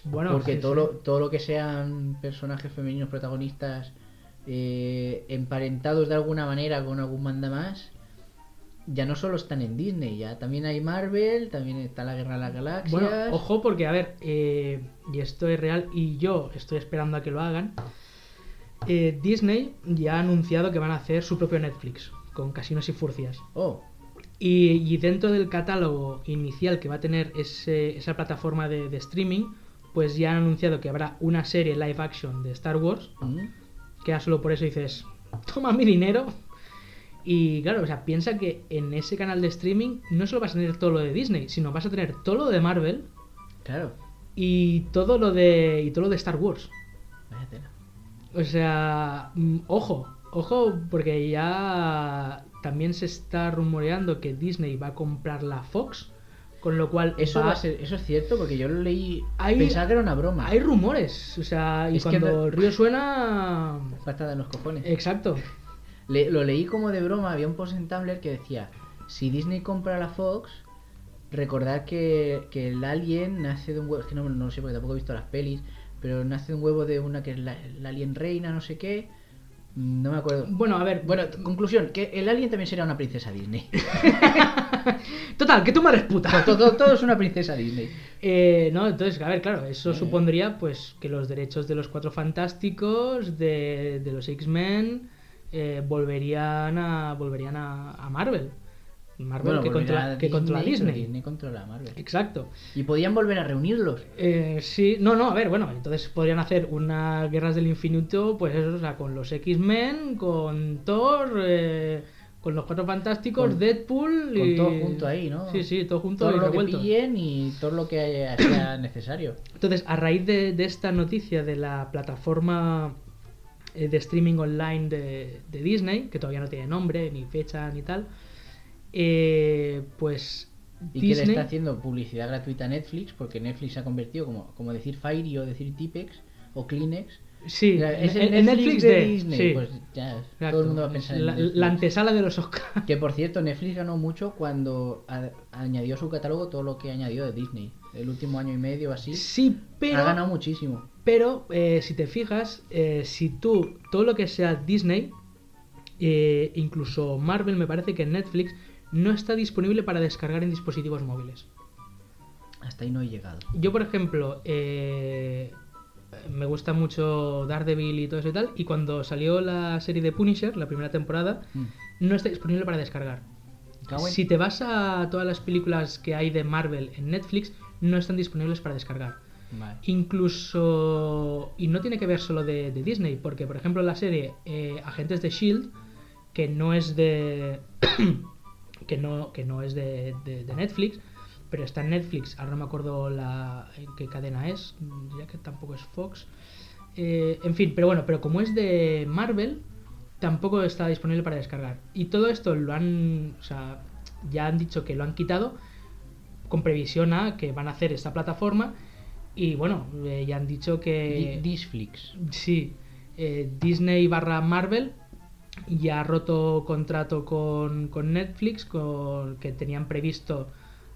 Bueno,
Pues porque
sí,
todo,
sí.
Lo, todo lo que sean personajes femeninos protagonistas eh, emparentados de alguna manera con algún manda más, ya no solo están en Disney, ya también hay Marvel, también está la Guerra de las Galaxias.
Bueno, ojo, porque a ver, eh, y esto es real y yo estoy esperando a que lo hagan. eh, Disney ya ha anunciado que van a hacer su propio Netflix con casinos y furcias.
Oh,
Y, y dentro del catálogo inicial que va a tener ese- esa plataforma de, de streaming, pues ya han anunciado que habrá una serie live action de Star Wars,
mm,
que ya solo por eso dices, toma mi dinero. Y claro, o sea, piensa que en ese canal de streaming no solo vas a tener todo lo de Disney, sino vas a tener todo lo de Marvel,
claro.
y todo lo de y todo lo de Star Wars.
Vaya tela.
O sea, mm, ojo, ojo porque ya también se está rumoreando que Disney va a comprar la Fox, con lo cual
Eso,
va-
va a ser- eso es cierto, porque yo lo leí.
Hay-
Pensaba que era una broma.
hay rumores, o sea, y
Es que
cuando
no-
el río suena
Patada en los cojones.
exacto.
Le- lo leí como de broma, había un post en Tumblr que decía, si Disney compra la Fox, recordad que, que el alien nace de un huevo, es que no, no lo sé porque tampoco he visto las pelis, pero nace de un huevo de una que es la, la alien reina, no sé qué, mm, no me acuerdo.
Bueno, a ver,
Bueno, t- conclusión, que el alien también será una princesa Disney.
total, que tu madre es puta.
todo, todo- todo es una princesa Disney.
Eh, no, entonces, a ver, claro, eso
Eh.
supondría pues que los derechos de los Cuatro Fantásticos, de, de los X-Men, eh, volverían a volverían a, a Marvel. Marvel
Bueno,
que,
volverá
controla, que controla
pero
Disney.
Disney controla a Marvel.
Exacto.
Y podían volver a reunirlos.
Eh, sí, no, no, a ver, bueno, entonces podrían hacer unas guerras del infinito, pues eso, o sea, con los X-Men, con Thor, eh, con los Cuatro Fantásticos,
Con-
Deadpool
con
y...
todo junto ahí, ¿no?
Sí, sí, todo junto
Todo
y
lo que
revuelto.
pillen y todo lo que haya- sea necesario.
Entonces, a raíz de, de esta noticia de la plataforma eh, de streaming online de, de Disney, que todavía no tiene nombre, ni fecha, ni tal, eh, pues
Y que le
Disney...
está haciendo publicidad gratuita a Netflix, porque Netflix se ha convertido, como, como decir Fairy o decir Tipex o Kleenex.
Sí,
Mira, es
en-
el
en
Netflix, de, Disney.
sí,
Pues ya,
exacto.
todo el mundo va a pensar en
la,
Netflix.
la antesala de los Oscars.
Que por cierto, Netflix ganó mucho cuando a- añadió a su catálogo todo lo que añadió de Disney. El último año y medio así.
Sí, pero...
Ha ganado muchísimo.
Pero eh, si te fijas, eh, si tú, todo lo que sea Disney, eh, incluso Marvel, me parece que Netflix, no está disponible para descargar en dispositivos móviles.
Hasta ahí no he llegado.
Yo, por ejemplo, eh, me gusta mucho Daredevil y todo eso y tal, y cuando salió la serie de Punisher, la primera temporada,
Mm.
no está disponible para descargar.
Cago en-
Si te vas a todas las películas que hay de Marvel en Netflix, no están disponibles para descargar.
Vale.
Incluso. Y no tiene que ver solo de, de Disney, porque, por ejemplo, la serie eh, Agentes de Shield, que no es de. que no, que no es de, de- de Netflix, pero está en Netflix, ahora no me acuerdo la, en qué cadena es, ya que tampoco es Fox. Eh, en fin, pero bueno, pero como es de Marvel, tampoco está disponible para descargar. Y todo esto lo han. O sea, ya han dicho que lo han quitado, con previsión a que van a hacer esta plataforma. Y bueno, eh, ya han dicho que.
Di- Disflix.
Sí, eh, Disney barra Marvel ya ha roto contrato con, con Netflix, con, que tenían previsto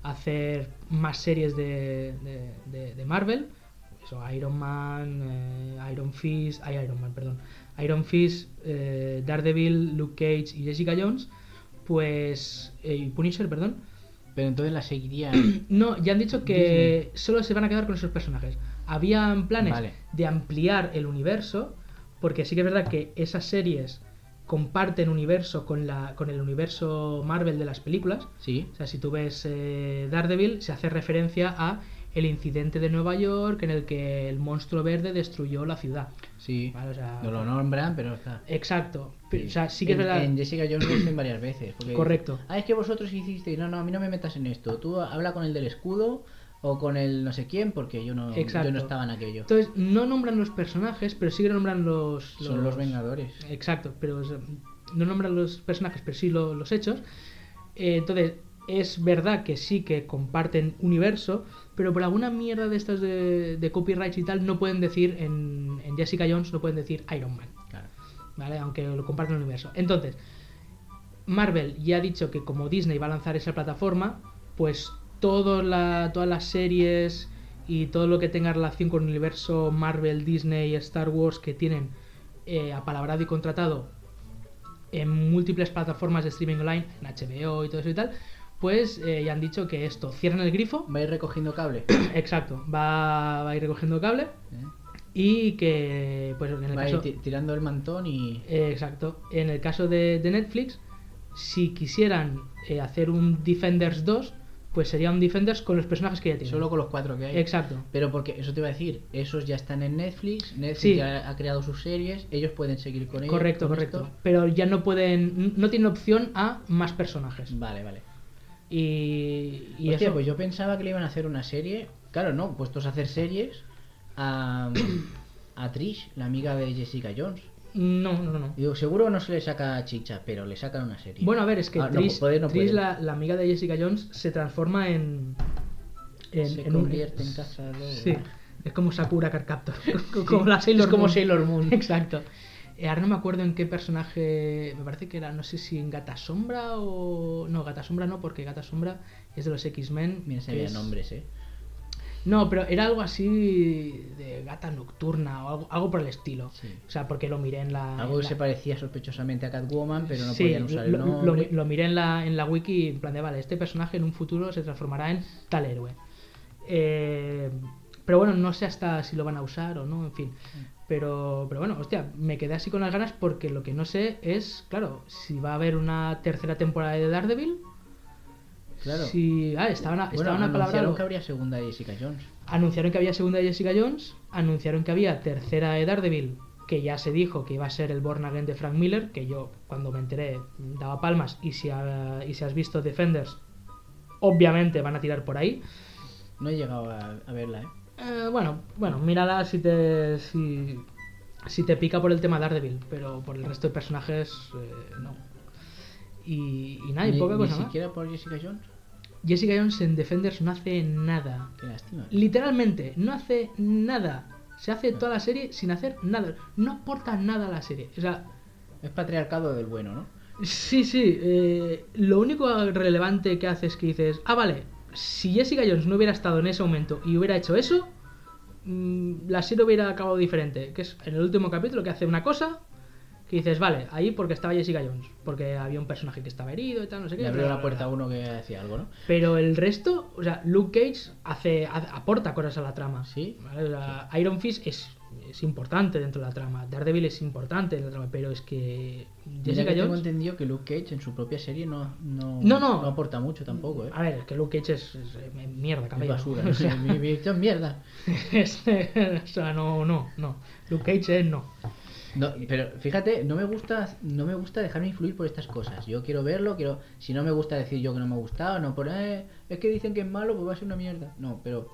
hacer más series de, de- de- de Marvel. Eso, Iron Man, eh, Iron Fist, ay, Iron Man, perdón. Iron Fist, eh, Daredevil, Luke Cage y Jessica Jones, pues... eh, y Punisher, perdón.
Pero entonces la seguiría.
No, ya han dicho que solo se van a quedar con esos personajes. Habían planes
Vale.
de ampliar el universo, porque sí que es verdad que esas series comparten universo con, la, con el universo Marvel de las películas.
sí.
O sea, si tú ves eh, Daredevil, se hace referencia a el incidente de Nueva York en el que el monstruo verde destruyó la ciudad.
Sí.
Vale, o sea,
No lo nombran, pero está.
Exacto. O sea, sí que es
En-
verdad.
En Jessica Jones lo dicen varias veces. porque
Correcto.
dicen, ah, es que vosotros hicisteis. No, no, a mí no me metas en esto. Tú habla con el del escudo o con el no sé quién, porque yo no,
Exacto.
yo no estaba en aquello.
Entonces, no nombran los personajes, pero sí que nombran los...
Son los Vengadores.
eh, Exacto, pero es, no nombran los personajes, pero sí lo- los hechos. Eh, entonces, es verdad que sí que comparten universo, pero por alguna mierda de estas de, de copyrights y tal, no pueden decir en, en Jessica Jones, no pueden decir Iron Man,
Claro.
¿vale? Aunque lo comparten el universo. Entonces, Marvel ya ha dicho que como Disney va a lanzar esa plataforma, pues todo la- todas las series y todo lo que tenga relación con el universo Marvel, Disney, Star Wars que tienen eh, apalabrado y contratado en múltiples plataformas de streaming online, en HBO y todo eso y tal, pues eh, ya han dicho que esto, cierran el grifo,
Va a ir recogiendo cable.
exacto, va, va a ir recogiendo cable
¿eh?
y que, pues en el
Va a ir
caso...
ti- tirando el mantón y.
Eh, exacto. En el caso de, de Netflix, si quisieran eh, hacer un Defenders 2, pues sería un Defenders con los personajes que ya tienen.
Solo con los cuatro que hay.
Eh, Exacto.
Pero porque eso te iba a decir, esos ya están en Netflix, Netflix
Sí.
ya ha creado sus series, ellos pueden seguir con ellos.
correcto,
con
correcto.
esto.
Pero ya no pueden, no tienen opción a más personajes.
Vale, vale.
Y, y
Mm. Hostia,
eso.
pues yo pensaba que le iban a hacer una serie. Claro, no, puestos a hacer series a, a Trish, la amiga de Jessica Jones.
No, no, no, no.
Digo, seguro no se le saca chicha, pero le sacan una serie.
Bueno, a ver, es que
Ah, no,
Tris,
puede, no
Tris,
puede.
la, la amiga de Jessica Jones, se transforma en. en,
se
en un-
convierte en cazador.
Sí, es como Sakura Carcaptor. como la
Es
Sailor
como
Moon.
Sailor Moon.
Exacto. Eh, Ahora no me acuerdo en qué personaje. Me parece que era, no sé si en Gata Sombra o. No, Gata Sombra no, porque Gata Sombra es de los X-Men.
Bien se
que
veían
es-
nombres, eh.
No, pero era algo así de Gata Nocturna o algo, algo por el estilo.
Sí.
O sea, porque lo miré en la.
Algo
en
que se
la-
parecía sospechosamente a Catwoman, pero no
Sí,
podían usar el
lo, lo- lo
nombre.
mi- lo miré en la, en la wiki y en plan de, vale, este personaje en un futuro se transformará en tal héroe. Eh, Pero bueno, no sé hasta si lo van a usar o no, en fin.
Mm.
Pero, pero bueno, hostia, me quedé así con las ganas porque lo que no sé es, claro, si va a haber una tercera temporada de Daredevil.
Claro.
Si, ah, estaban, a-
Bueno,
estaban a palabra.
anunciaron que habría segunda de Jessica Jones.
Anunciaron que había segunda de Jessica Jones, anunciaron que había tercera de Daredevil, que ya se dijo que iba a ser el Born Again de Frank Miller, que yo cuando me enteré daba palmas, y si, ha- y si has visto Defenders, obviamente van a tirar por ahí.
No he llegado a, a verla, ¿eh?
Eh, bueno, bueno, mírala si te, si, si te pica por el tema Daredevil, pero por el resto de personajes eh, no. Y, y nada, y
ni,
poca
ni
cosa más.
siquiera por Jessica Jones.
Jessica Jones en Defenders no hace nada.
Qué lástima.
Literalmente, no hace nada. Se hace toda la serie sin hacer nada. No aporta nada a la serie. O sea,
Es patriarcado del bueno, ¿no?
sí, sí. eh, lo único relevante que hace es que dices, ah, vale, si Jessica Jones no hubiera estado en ese momento y hubiera hecho eso, mm, la serie hubiera acabado diferente. Que es en el último capítulo que hace una cosa que dices, vale, ahí porque estaba Jessica Jones. Porque había un personaje que estaba herido y tal, no sé qué.
Le abrió
bla, bla, bla,
la
bla.
puerta a uno que hacía algo, ¿no?
Pero el resto, o sea, Luke Cage hace, ha- aporta cosas a la trama.
Sí.
¿vale? O sea, Iron Fist es, es importante dentro de la trama. Daredevil es importante en la trama, pero es que
Mira
Jessica
que tengo
Jones.
entendido que Luke Cage en su propia serie no, no,
No, no.
aporta mucho tampoco, ¿eh?
A ver, es que Luke Cage es, es, eh, mierda,
Es
cabello.
basura.
O sea,
mi, mi- esto es mierda.
es- o sea, no, no, no. Luke Cage es no.
No, pero fíjate, no me gusta no me gusta dejarme influir por estas cosas. Yo quiero verlo, quiero si no me gusta decir yo que no me ha gustado, no por eh, es que dicen que es malo, pues va a ser una mierda. No, pero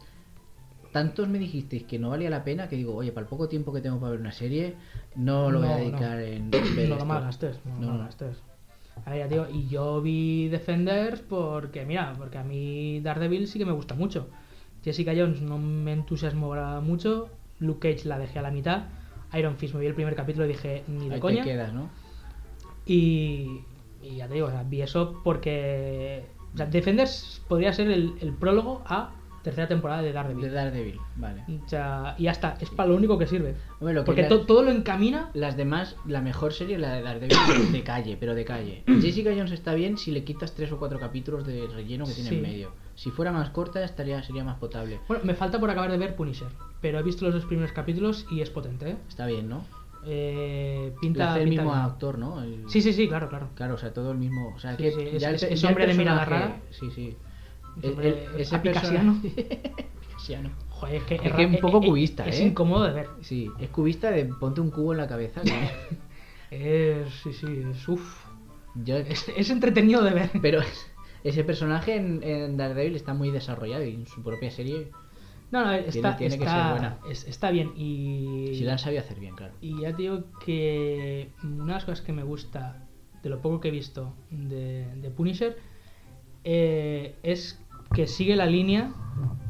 tantos me dijisteis que no valía la pena que digo, oye, para el poco tiempo que tengo para ver una serie, no lo voy a
No, no.
dedicar en ver
no
esto".
lo malgastes, no,
No,
lo
no.
malgastes. A ver, ya tío, y yo vi Defenders porque, mira, porque a mí Daredevil sí que me gusta mucho. Jessica Jones no me entusiasmó ahora mucho. Luke Cage la dejé a la mitad. Iron Fist me vi el primer capítulo y dije, ni de
Ahí
coña.
te quedas, ¿no?
Y, y ya te digo, o sea, vi eso porque. O sea, Defenders podría ser el, el prólogo a tercera temporada de
De
Daredevil.
Daredevil, vale.
O sea, y ya está, es para lo único que sirve.
Hombre, lo que
Porque
la-
to- todo lo encamina
Las demás, la mejor serie es la de Daredevil de calle, pero de calle. Jessica Jones está bien si le quitas tres o cuatro capítulos de relleno que tiene
Sí.
en medio. Si fuera más corta, estaría sería más potable.
Bueno, me falta por acabar de ver Punisher, pero he visto los dos primeros capítulos y es potente, ¿eh?
Está bien, ¿no?
Eh,
Lo
pinta,
hace el
pinta
mismo
bien.
actor, ¿no? El-
Sí, sí, sí, claro, claro.
Claro, o sea, todo el mismo. O sea,
Sí,
que
sí, es-
ya el
es-
pe-
es
ya el
hombre de mirada
personaje-
rara.
Sí, sí.
Es
El-
hombre
el- ese
apicasiano.
personaje- Apicasiano.
Joder, es que
Es
ra-
que un poco
eh,
cubista,
Es
¿eh?
incómodo de ver.
Sí, es cubista de ponte un cubo en la cabeza. que-
Es, sí, sí, es, uf.
Yo-
Es, es entretenido de ver.
Pero ese personaje en, en Daredevil está muy desarrollado y en su propia serie.
No, no, está,
tiene que
está-
ser buena.
es- está bien y...
Si la han sabido hacer bien, claro.
Y ya te digo que una de las cosas que me gusta, de lo poco que he visto de, de Punisher, eh, es que sigue la línea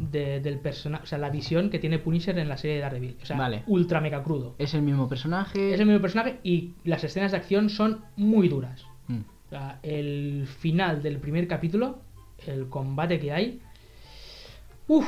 de- del personaje, o sea, la visión que tiene Punisher en la serie de Daredevil. O sea,
Vale.
ultra mega crudo.
Es el mismo personaje.
Es el mismo personaje y las escenas de acción son muy duras.
Mm.
O sea, el final del primer capítulo, el combate que hay. Uf.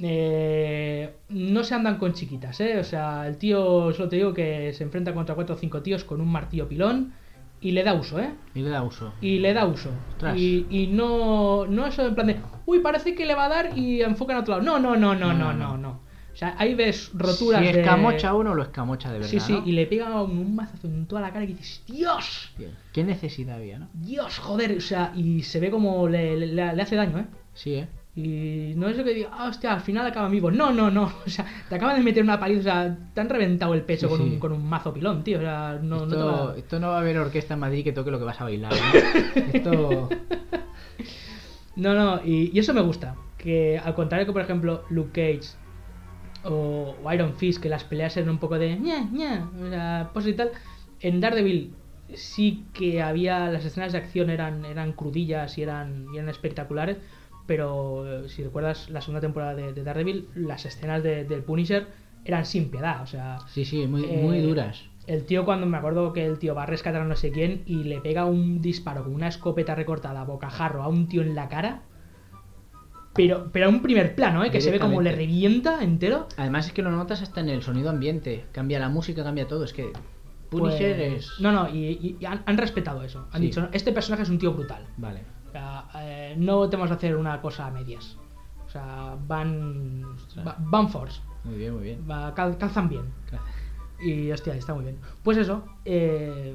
eh, no se andan con chiquitas, ¿eh? O sea, el tío, solo te digo que se enfrenta contra cuatro o cinco tíos con un martillo pilón y le da uso, ¿eh?
Y le da uso.
Y le da uso.
Ostras.
Y, y no, no eso en plan de, uy, parece que le va a dar y enfocan a otro lado. No, no, no, no, no, no, no. O sea, ahí ves roturas
si
de...
escamocha uno, lo escamocha de verdad.
Sí, sí,
¿no?
y le pega un, un mazazo en toda la cara y dices, ¡Dios!
Bien. ¿Qué necesidad había, no?
Dios, joder, o sea, y se ve como le, le- le hace daño, ¿eh?
Sí, ¿eh?
Y no es lo que diga, ah, hostia, al final acaba vivo. No, no, no, o sea, te acaban de meter una paliza, o sea, te han reventado el pecho
Sí,
con,
sí.
Un, con un mazo pilón, tío, o sea, no, no te
esto,
va-
esto no va a haber orquesta en Madrid que toque lo que vas a bailar. ¿no? esto.
No, no, y, y eso me gusta, que al contrario que, por ejemplo, Luke Cage o, o Iron Fist, que las peleas eran un poco de ña, ña, o sea, pues y tal, en Daredevil sí que había, las escenas de acción eran, eran crudillas y eran, y eran espectaculares, pero eh, si recuerdas la segunda temporada de, de Daredevil, las escenas de- del Punisher eran sin piedad, o sea...
Sí, sí, muy, muy
Eh,
duras.
El tío, cuando me acuerdo que el tío va a rescatar a no sé quién y le pega un disparo con una escopeta recortada a bocajarro a un tío en la cara. Pero, pero a un primer plano, ¿eh? Que se ve como le
Directamente.
revienta entero.
Además es que lo notas hasta en el sonido ambiente. Cambia la música, cambia todo. Es que Punisher
Pues-
es...
No, no, y, y- y han, han respetado eso. Han
Sí.
dicho, "No, este personaje es un tío brutal.
Vale.
O sea, eh, no te vamos a hacer una cosa a medias. O sea, van,
Ostras.
va- van force,
Muy bien, muy bien.
va- cal- calzan bien. Y hostia, está muy bien. Pues eso, eh,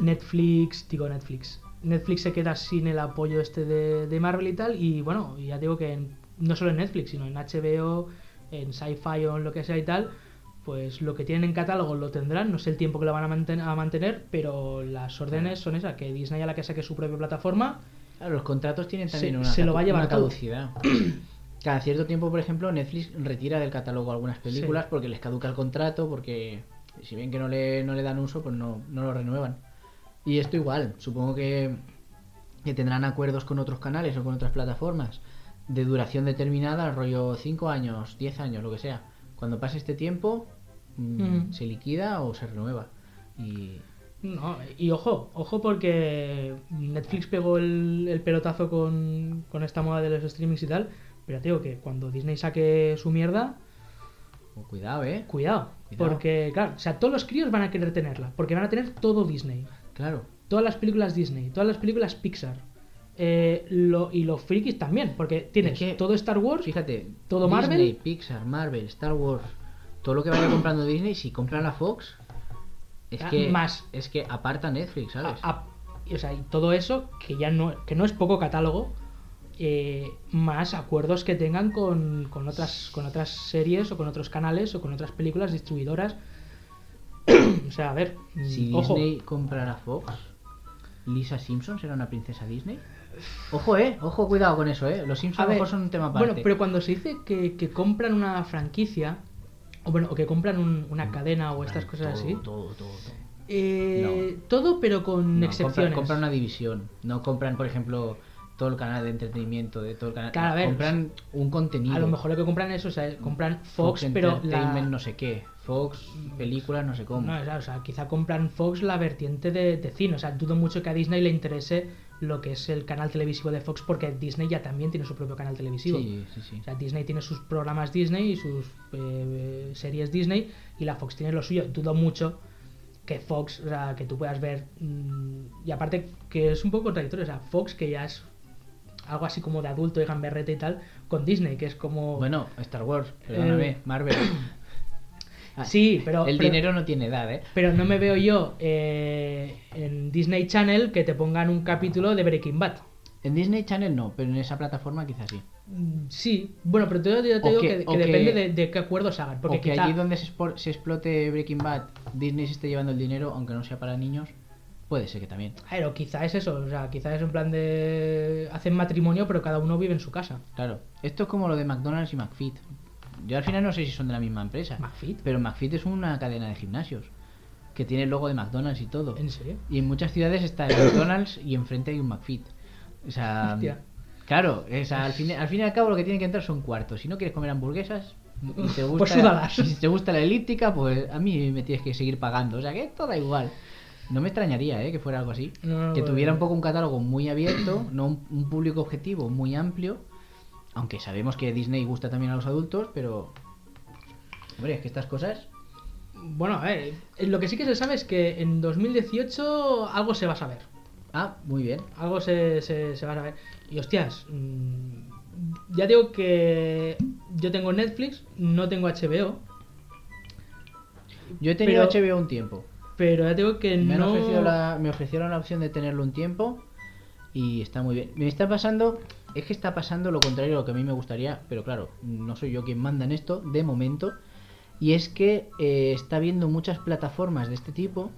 Netflix, digo Netflix. Netflix se queda sin el apoyo este de, de Marvel y tal. Y bueno, ya digo que en- no solo en Netflix, sino en HBO, en Sci-Fi o en lo que sea y tal, pues lo que tienen en catálogo lo tendrán. No sé el tiempo que lo van a, manten- a mantener, pero las órdenes son esas: que Disney a la que saque su propia plataforma.
Claro, los contratos tienen también
Se-
una,
se lo
ca-
va a llevar
una
todo.
caducidad. Cada cierto tiempo, por ejemplo, Netflix retira del catálogo algunas películas
Sí.
porque les caduca el contrato, porque si ven que no le, no le dan uso, pues no, no lo renuevan. Y esto igual, supongo que, que tendrán acuerdos con otros canales o con otras plataformas de duración determinada, rollo 5 años, 10 años, lo que sea. Cuando pase este tiempo, mm,
Ujú.
se liquida o se renueva. Y
No, y ojo, ojo porque Netflix pegó el, el pelotazo con, con esta moda de los streamings y tal, pero te digo que cuando Disney saque su mierda,
oh, cuidado, ¿eh?
cuidado,
Cuidado.
porque claro, o sea, todos los críos van a querer tenerla, porque van a tener todo Disney,
Claro.
todas las películas Disney, todas las películas Pixar, eh, lo, y los frikis también, porque tienes
Es que-
todo Star Wars,
Fíjate,
Todo
Disney,
Marvel.
Pixar, Marvel, Star Wars, todo lo que vaya comprando Disney, si compran la Fox, es
Ah,
que
más. Ah,
es que aparta Netflix, ¿sabes?
a- a- y, o sea, y todo eso, que ya no, que no es poco catálogo, eh, más acuerdos que tengan con, con otras, con otras series o con otros canales o con otras películas distribuidoras. o sea, a ver, mm,
si
ojo,
Disney compra la Fox, Lisa Simpson será una princesa Disney. Ojo, eh, ojo, cuidado con eso, eh. Los
a
Simpsons
ver,
ojo, son un tema aparte.
bueno, pero cuando se dice que, que compran una franquicia, o bueno, o que compran un- una cadena o estas cosas
Mm, Todo,
así,
Todo, todo, todo.
eh, todo pero con
No,
excepciones.
compran, compran una división, no compran, por ejemplo, todo el canal de entretenimiento, de todo el canal.
Claro, a ver,
compran un contenido.
A lo mejor lo que compran es, o sea, compran Fox, pero la,
Entertainment no sé qué, Fox películas no sé cómo.
No, claro, o sea, quizá compran Fox la vertiente de, de cine. O sea, dudo mucho que a Disney le interese lo que es el canal televisivo de Fox, porque Disney ya también tiene su propio canal televisivo.
sí, sí, sí.
O sea, Disney tiene sus programas Disney y sus eh, series Disney, y la Fox tiene lo suyo. Dudo mucho que Fox, o sea, que tú puedas ver. mm, y aparte, que es un poco contradictorio. O sea, Fox, que ya es algo así como de adulto y gamberrete y tal, con Disney, que es como.
Bueno, Star Wars, perdóname,
Eh,
Marvel. Ah,
sí, pero.
el
pero-
dinero no tiene edad, ¿eh?
Pero no me veo yo eh, en Disney Channel que te pongan un capítulo de Breaking Bad.
En Disney Channel no, pero en esa plataforma quizás sí.
Mm, Sí, bueno, pero te, yo te
O
digo
que-
que,
o
que
que-
depende de, de qué acuerdos hagan. Porque
Porque
quizá,
allí donde se, espor- se explote Breaking Bad, Disney se esté llevando el dinero, aunque no sea para niños, puede ser que también.
A ver, o quizá es eso, o sea, quizá es en plan de... Hacen matrimonio, pero cada uno vive en su casa.
Claro, esto es como lo de McDonald's y McFit. Yo al final no sé si son de la misma empresa,
¿McFit?
pero McFit es una cadena de gimnasios que tiene el logo de McDonald's y todo.
¿En serio?
Y en muchas ciudades está el McDonald's y enfrente hay un McFit. O sea,
Hostia.
claro, o sea, al, fin, al fin y al cabo lo que tiene que entrar son cuartos. Si no quieres comer hamburguesas, y
Pues
te gusta,
súdalas.
y si te gusta la elíptica, pues a mí me tienes que seguir pagando. O sea, que esto da igual. No me extrañaría ¿eh? que fuera algo así.
No, no,
que
bueno.
tuviera un poco un catálogo muy abierto, no un, un público objetivo muy amplio. Aunque sabemos que Disney gusta también a los adultos, pero... Hombre, es que estas cosas...
Bueno, a ver, eh, lo que sí que se sabe es que en 2018 algo se va a saber.
Ah, muy bien.
Algo se, se, se va a saber. Y hostias, mm, ya digo que yo tengo Netflix, no tengo HBO,
Yo he tenido
Pero-
HBO un tiempo.
pero ya digo que
Me, han
no...
ofrecido la, me ofrecieron la opción de tenerlo un tiempo y está muy bien. Me está pasando, es que está pasando lo contrario a lo que a mí me gustaría, pero claro, no soy yo quien manda en esto de momento. Y es que eh, está habiendo muchas plataformas de este tipo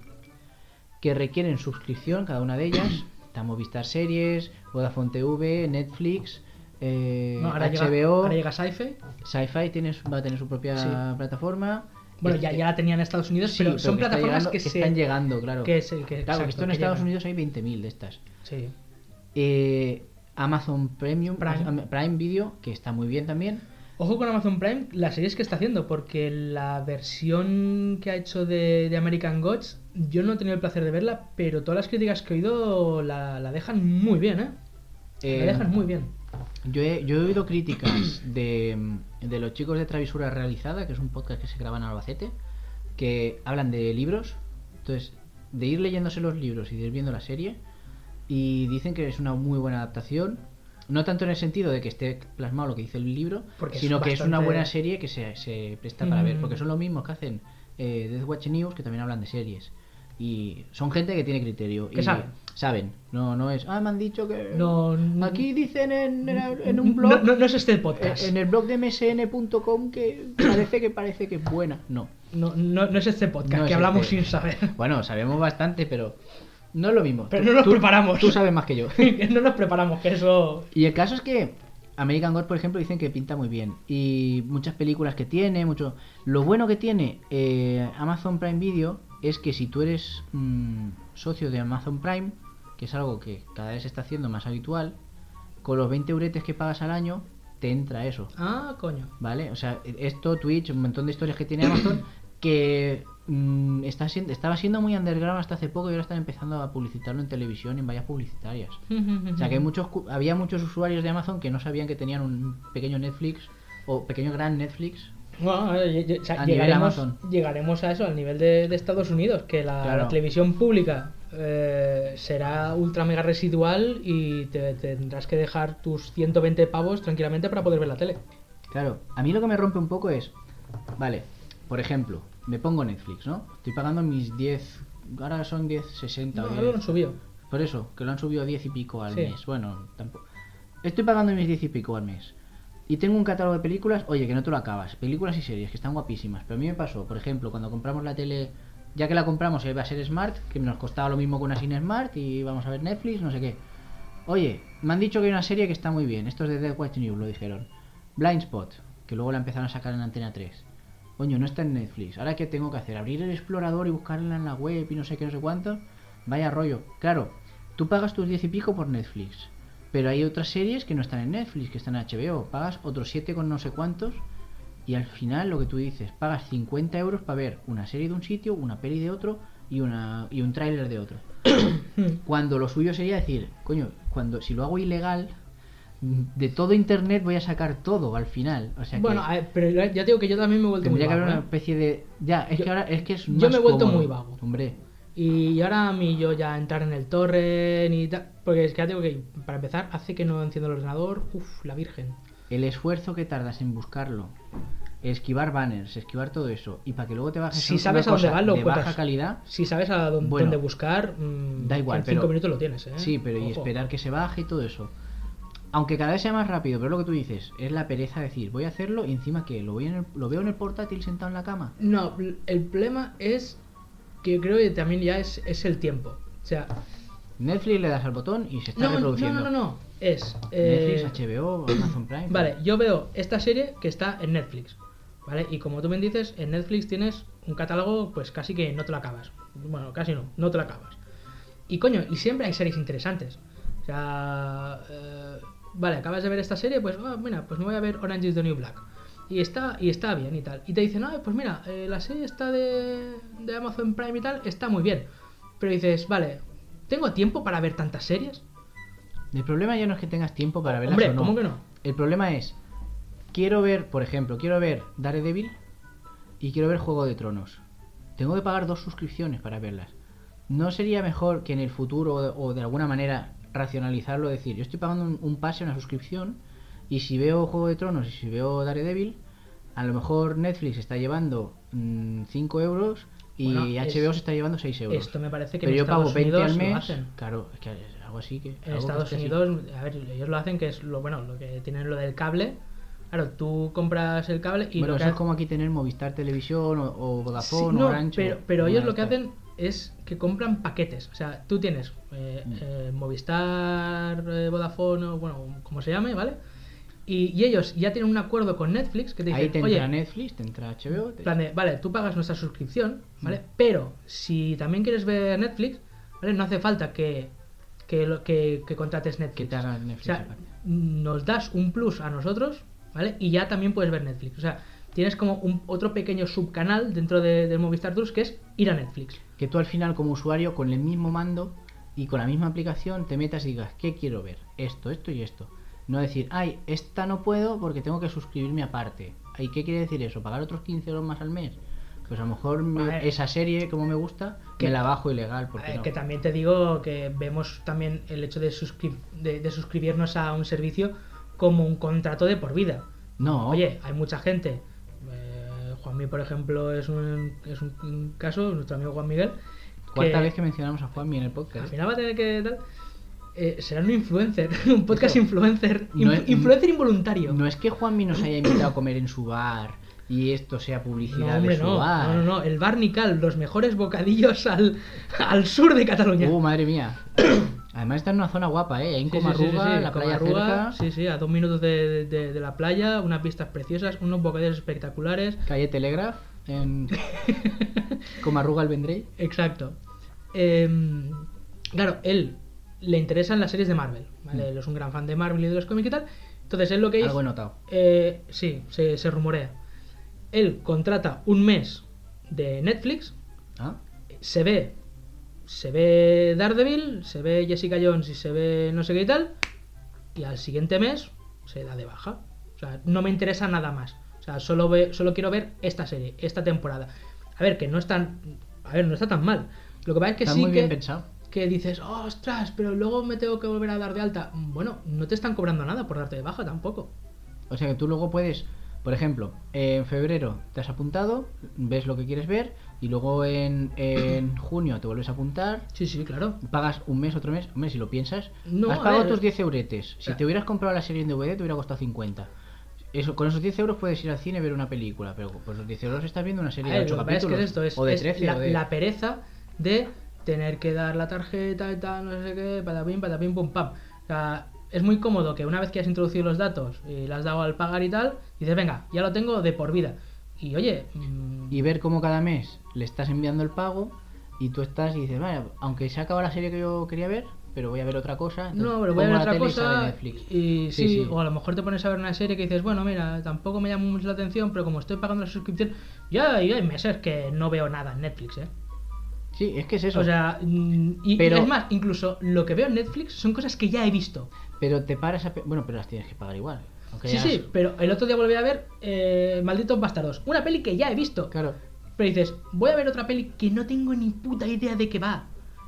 que requieren suscripción, cada una de ellas. Está Movistar Series, Vodafone TV, Netflix, eh,
No, ahora, llega,
HBO,
ahora llega Syfy.
Sci-Fi tiene su- va a tener su propia
Sí.
plataforma.
Bueno,
Este-
ya, ya la tenían en Estados Unidos,
Sí,
pero son
que está
plataformas
llegando-
que, se...
están llegando, claro.
que se- que- exacto,
Claro, que esto en
que
Estados
llegan.
Unidos hay 20.000 de estas.
Sí.
Eh, Amazon Premium,
Prime.
Am- Prime Video, que está muy bien también.
Ojo con Amazon Prime, las series que está haciendo, porque la versión que ha hecho de, de American Gods, yo no he tenido el placer de verla, pero todas las críticas que he oído la, la dejan muy bien, ¿eh?
Eh,
La dejan muy bien.
Yo he, yo he oído críticas de, de los chicos de Travisura Realizada, que es un podcast que se graba en Albacete, que hablan de libros. Entonces, de ir leyéndose los libros y de ir viendo la serie. Y dicen que es una muy buena adaptación, no tanto en el sentido de que esté plasmado lo que dice el libro,
Porque es
sino que es una
bastante-
buena serie que se, se presta para ver,
Mm.
porque son los mismos que hacen eh, Death Watch News, que también hablan de series. Y son gente que tiene criterio.
Que
y
saben.
Saben. No, no es, ah, me han dicho que...
No, n-
Aquí dicen en, en- en
No,
un blog...
no- no es este el
eh,
podcast.
En el blog de msn.com que parece que parece que es buena. No.
No, no, no es este podcast,
No
que
es
hablamos
este.
sin saber.
Bueno, sabemos bastante, pero no es lo mismo.
Pero
Tú-
no nos
tú-
preparamos.
Tú sabes más que yo.
no nos preparamos, que eso.
Y el caso es que American God, por ejemplo, dicen que pinta muy bien. Y muchas películas que tiene, mucho... Lo bueno que tiene eh, Amazon Prime Video es que si tú eres mm, socio de Amazon Prime, que es algo que cada vez se está haciendo más habitual, con los 20 euretes que pagas al año, te entra eso.
Ah, coño.
¿Vale? O sea, esto, Twitch, un montón de historias que tiene Amazon que mm, está siendo- estaba siendo muy underground hasta hace poco y ahora están empezando a publicitarlo en televisión, en vallas publicitarias. O sea, que hay muchos, cu- había muchos usuarios de Amazon que no sabían que tenían un pequeño Netflix o pequeño gran Netflix.
Bueno, eh, eh, o sea,
A nivel
llegaremos,
Amazon.
llegaremos a eso, al nivel de, de Estados Unidos, que la,
Claro.
la televisión pública eh, será ultra mega residual y te, tendrás que dejar tus 120 pavos tranquilamente para poder ver la tele.
Claro, a mí lo que me rompe un poco es, vale, por ejemplo, me pongo Netflix, ¿no? Estoy pagando mis 10, ahora son 10, 60
No,
o
ahora lo
10.
han subido.
Por eso, que lo han subido a 10 y pico al
Sí.
mes. Bueno, tampoco. Estoy pagando mis 10 y pico al mes. Y tengo un catálogo de películas, oye, que no te lo acabas. Películas y series que están guapísimas. Pero a mí me pasó, por ejemplo, cuando compramos la tele, ya que la compramos, iba a ser Smart, que nos costaba lo mismo que una sin Smart y íbamos a ver Netflix, no sé qué. Oye, me han dicho que hay una serie que está muy bien. Esto es de Death Watch News, lo dijeron. Blind Spot, que luego la empezaron a sacar en Antena 3. Coño, no está en Netflix. ¿Ahora qué tengo que hacer? ¿Abrir el explorador y buscarla en la web y no sé qué, no sé cuánto? Vaya rollo. Claro, tú pagas tus 10 y pico por Netflix. Pero hay otras series que no están en Netflix, que están en HBO. Pagas otros 7 con no sé cuántos. Y al final, lo que tú dices, pagas 50 euros para ver una serie de un sitio, una peli de otro y, una, y un tráiler de otro cuando lo suyo sería decir, coño, cuando si lo hago ilegal, mm, de todo internet voy a sacar todo al final. O sea
Bueno,
que
a ver, pero ya te digo que yo también me he vuelto muy
tendría que haber
vago,
una
¿eh?
especie de. Ya, es
Yo-
que ahora es que es
yo me he
más
vuelto
cómodo,
muy vago.
Hombre,
Y ahora a mí yo ya entrar en el torre y tal. Porque es que ya tengo que, para empezar, hace que no enciendo el ordenador. Uf, la virgen.
el esfuerzo que tardas en buscarlo, esquivar banners, esquivar todo eso, y para que luego te bajes
Si
una
sabes a dónde
cosa
vas, lo
de
encuentras.
baja calidad.
Si sabes a dónde,
Bueno,
dónde buscar, mm,
da igual,
en cinco
pero-
minutos lo tienes, ¿eh?
Sí, pero y
Ojo.
esperar que se baje y todo eso. Aunque cada vez sea más rápido, pero lo que tú dices, es la pereza de decir, voy a hacerlo y encima que lo, voy en el- lo veo en el portátil sentado en la cama.
No, el problema es que yo creo que también ya es, es el tiempo. O sea,
Netflix le das al botón y se está
no, no, no,
reproduciendo.
no, no, es. eh,
Netflix, HBO, Amazon Prime.
Vale, yo veo esta serie que está en Netflix, ¿vale? Y como tú me dices, en Netflix tienes un catálogo, pues casi que no te lo acabas. Bueno, casi no, no te lo acabas. Y coño, y siempre hay series interesantes. O sea, eh, vale, acabas de ver esta serie, pues ah, mira, pues me voy a ver Orange is the New Black. Y está, y está bien y tal. Y te dicen, ah, pues mira, eh, la serie está de, de Amazon Prime y tal, está muy bien. Pero dices, vale, ¿tengo tiempo para ver tantas series?
El problema ya no es que tengas tiempo para verlas
Hombre,
o no.
¿cómo que no?
El problema es, quiero ver, por ejemplo, quiero ver Daredevil y quiero ver Juego de Tronos. Tengo que pagar dos suscripciones para verlas. ¿No sería mejor que en el futuro o de- o de alguna manera racionalizarlo? Decir, yo estoy pagando un, un pase, una suscripción, y si veo Juego de Tronos y si veo Daredevil, a lo mejor Netflix está llevando 5 euros y
Bueno, es-
HBO se está llevando 6 euros.
Esto me parece que
Pero
en
yo pago
Estados
20
Unidos
al
lo
mes.
hacen.
Claro, es que es algo así que. algo
En
que
Estados
esté así.
Unidos, a ver, ellos lo hacen que es lo bueno, lo que tienen lo del cable. Claro, tú compras el cable y
bueno,
lo que
eso es
ha-
como aquí tener Movistar Televisión o, o
Sí,
Vodafone
no,
o Orange.
pero,
o
pero
una
ellos
de
lo que
estas.
hacen es que compran paquetes. O sea, tú tienes eh,
Mm.
eh, Movistar, eh, Vodafone, o, bueno, como se llame, ¿vale? Y, y ellos ya tienen un acuerdo con Netflix que te dicen,
Ahí te entra
oye,
Netflix, te entra HBO. te-
En plan de, vale, tú pagas nuestra suscripción, ¿vale? Pero si también quieres ver Netflix, ¿vale? No hace falta que, que, lo- que, que contrates
Que
Netflix.
te hagan Netflix
O sea,
aparte.
nos das un plus a nosotros, ¿vale? Y ya también puedes ver Netflix. O sea, tienes como un, otro pequeño subcanal dentro de, del Movistar Plus que es ir a Netflix.
Que tú al final, como usuario, con el mismo mando y con la misma aplicación, te metas y digas, ¿qué quiero ver? Esto, esto y esto. No decir, ay, esta no puedo porque tengo que suscribirme aparte. ¿Y qué quiere decir eso? ¿Pagar otros 15 euros más al mes? Pues Pues a lo mejor me-
A ver.
esa serie, como me gusta,
Que-
me la bajo ilegal. Porque
A ver,
no.
Eh, que también te digo que vemos también el hecho de, suscri- de, de suscribirnos a un servicio como un contrato de por vida.
No,
Oye, hay mucha gente. eh, Juanmi, por ejemplo, es un, es un- un caso, nuestro amigo Juan Miguel.
cuarta vez que mencionamos a Juanmi en el podcast.
Al final va a tener que tal. eh, será un influencer, un podcast influencer.
No
inf-
es-
influencer involuntario.
No es que Juanmi nos haya invitado a comer en su bar y esto sea
No,
publicidad
hombre,
de su
no.
bar.
No, no, no. El Barnical, los mejores bocadillos al, al sur de Cataluña.
Uh, madre mía. Además está en una zona guapa, ¿eh? Hay en
Sí, sí, sí, sí,
Comarruga,
sí,
la playa
Comarruga,
cerca,
Sí, sí, a dos minutos de, de- de la playa, unas vistas preciosas, unos bocadillos espectaculares.
calle Telegraph, en Comarruga el Vendrell.
Exacto. Em, claro, él le interesan las series de Marvel. ¿vale?
Mm. Ah,
Él es un gran fan de Marvel y de los cómics y tal. Entonces él lo que
Algo
hizo-
he notado.
eh, sí, se, se rumorea. Él contrata un mes de Netflix,
¿Ah?
se ve se ve Daredevil, se ve Jessica Jones y se ve no sé qué y tal, y al siguiente mes se da de baja. O sea, no me interesa nada más. O sea, solo ve, solo quiero ver esta serie, esta temporada. A ver, que no es tan a ver, no está tan mal. Lo que pasa es que
Está
sí
muy
que
bien pensado.
que dices, "Ostras, pero luego me tengo que volver a dar de alta." Bueno, no te están cobrando nada por darte de baja tampoco.
O sea que tú luego puedes, por ejemplo, en febrero te has apuntado, ves lo que quieres ver, y luego en, en junio te vuelves a apuntar,
Sí, sí, claro.
pagas un mes, otro mes. Hombre, si lo piensas,
No,
has
a
pagado
ver.
tus 10 euretes. Si
Claro.
te hubieras comprado la serie en DVD, te hubiera costado 50. Eso, con esos 10 euros puedes ir al cine y ver una película, pero por esos 10 euros estás viendo una serie
A ver,
de 8
lo que pasa es que
capítulos.
es esto es,
o de
es
13
la,
o de...
la pereza de tener que dar la tarjeta y tal, no sé qué, patapim, patapim, pum, pam. O sea, es muy cómodo que una vez que has introducido los datos y le has dado al pagar y tal, dices, venga, ya lo tengo de por vida. Y oye, mm,
Y ver cómo cada mes le estás enviando el pago y tú estás y dices, vale, aunque se ha acabado la serie que yo quería ver, pero voy a ver otra cosa. entonces
no, pero voy a
pongo
ver otra
la tele y sale
cosa.
Netflix.
Y sí,
Sí, sí.
o a lo mejor te pones a ver una serie que dices, bueno, mira, tampoco me llama mucho la atención, pero como estoy pagando la suscripción, ya ya hay meses que no veo nada en Netflix, ¿eh?
Sí, es que es eso.
O sea, mm, y
Pero-
es más, incluso lo que veo en Netflix son cosas que ya he visto.
Pero te paras a... pe- Bueno, pero las tienes que pagar igual. aunque
Sí,
hagas-
sí, pero el otro día volví a ver eh, Malditos Bastardos, una peli que ya he visto.
Claro.
Pero dices, voy a ver otra peli que no tengo ni puta idea de qué va.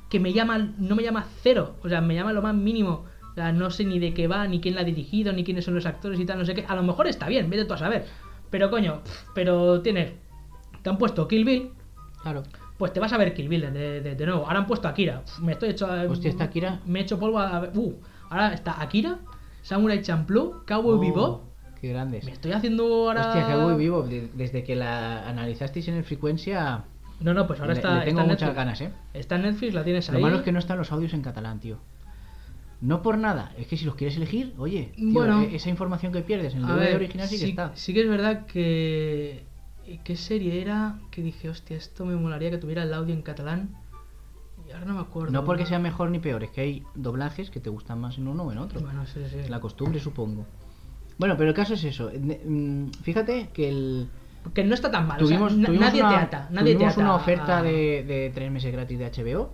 Que me llama, no me llama cero, o sea, me llama lo más mínimo. O sea, no sé ni de qué va, ni quién la ha dirigido, ni quiénes son los actores y tal, no sé qué. A lo mejor está bien, vete tú a saber. Pero coño, pf, pero tienes. Te han puesto Kill Bill,
Claro.
pues te vas a ver Kill Bill de, de- de nuevo. Ahora han puesto Akira. Uf, Me estoy hecho. eh,
Hostia, ¿está Akira?
Me he hecho polvo a. Uh, ahora está Akira, Samurai Champloo, Cowboy
Oh,
Bebop.
Qué grandes.
Me estoy haciendo ahora.
Hostia, que voy vivo. De- Desde que la analizasteis en el frecuencia,
No, no, pues ahora
le-
está.
le
está
tengo
en
muchas
Netflix.
ganas, ¿eh?
Está en Netflix, la tienes ahí.
Lo malo es que no están los audios en catalán, tío. No por nada, es que si los quieres elegir, oye, tío,
Bueno.
e- esa información que pierdes en el
A
DVD
ver,
original sí que
sí,
está.
sí que es verdad que. ¿Qué serie era? Que dije, hostia, esto me molaría que tuviera el audio en catalán. Y ahora no me acuerdo.
No porque sea mejor ni peor, es que hay doblajes que te gustan más en uno o en otro.
Bueno, sí, sí.
Es la costumbre, supongo. Bueno, pero el caso es eso. Ne- mm, Fíjate que el,
Que no está tan mal. o sea,
tuvimos,
na-
tuvimos
nadie
una,
te ata. Nadie te
tuvimos
ata
una
a-
oferta de, de tres meses gratis de HBO.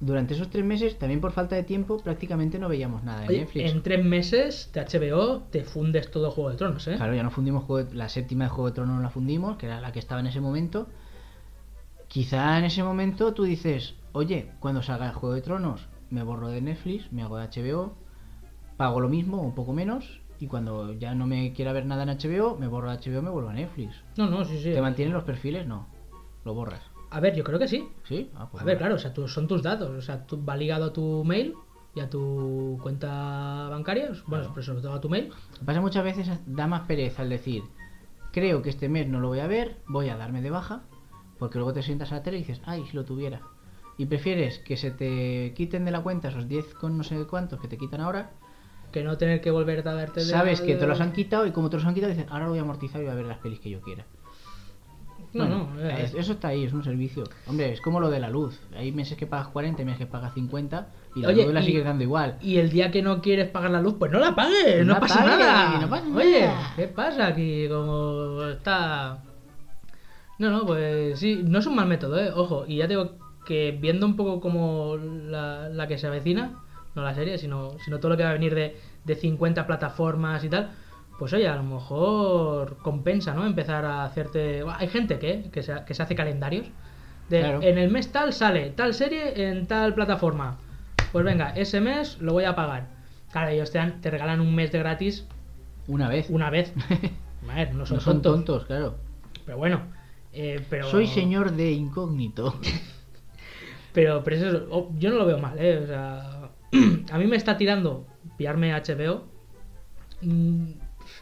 Durante esos tres meses, también por falta de tiempo, prácticamente no veíamos nada de
Oye,
Netflix.
En tres meses de HBO te fundes todo Juego de Tronos, ¿eh?
Claro, ya no fundimos Juego de- la séptima de Juego de Tronos, no la fundimos, que era la que estaba en ese momento. Quizá en ese momento tú dices, oye, cuando salga el Juego de Tronos, me borro de Netflix, me hago de HBO, pago lo mismo o un poco menos, y cuando ya no me quiera ver nada en HBO, me borro de HBO, me vuelvo a Netflix.
No, no, sí, sí.
¿Te mantienen los perfiles? No. Lo borras.
A ver, yo creo que sí.
¿Sí? Ah, pues
A ver,
mira.
claro, o sea, tú- son tus datos, o sea, tú, va ligado a tu mail y a tu cuenta bancaria, bueno,
Claro.
pero sobre todo a tu mail.
Lo que Pasa muchas veces da más pereza al decir, creo que este mes no lo voy a ver, voy a darme de baja, porque luego te sientas a la tele y dices, ay, si lo tuviera. Y prefieres que se te quiten de la cuenta esos 10 con no sé cuántos que te quitan ahora,
Que no tener que volver a darte de-
sabes que te los han
No,
quitado y como te los han quitado dices, ahora lo voy a amortizar y voy a ver las pelis que yo quiera. Bueno,
no, eh,
es- eso está ahí, es un servicio. Hombre, es como lo de la luz. Hay meses que pagas 40, meses que pagas 50 y la
Oye,
luz la
y-
sigues dando igual.
Y el día que no quieres pagar la luz, pues no la pagues,
No
no,
la
pasa
pagues,
nada.
no pasa
Oye,
nada.
¿qué pasa aquí? Como está... No, no, pues sí, no es un mal método, eh, ojo. Y ya te digo que viendo un poco como la, la que se avecina, no la serie, sino, sino todo lo que va a venir de, de 50 plataformas y tal, pues oye, a lo mejor compensa, ¿no? Empezar a hacerte... Buah, Hay gente que, que, se, que se hace calendarios. De,
Claro.
En el mes tal sale tal serie en tal plataforma. Pues venga, ese mes lo voy a pagar. Claro, ellos te, dan- te regalan un mes de gratis
Una vez.
una vez. A ver, no son,
no son
tontos,
tontos, claro.
Pero bueno. eh, pero...
Soy señor de incógnito.
Pero, pero eso, es- o- yo no lo veo mal, ¿eh? O sea, a mí me está tirando pillarme HBO, mm,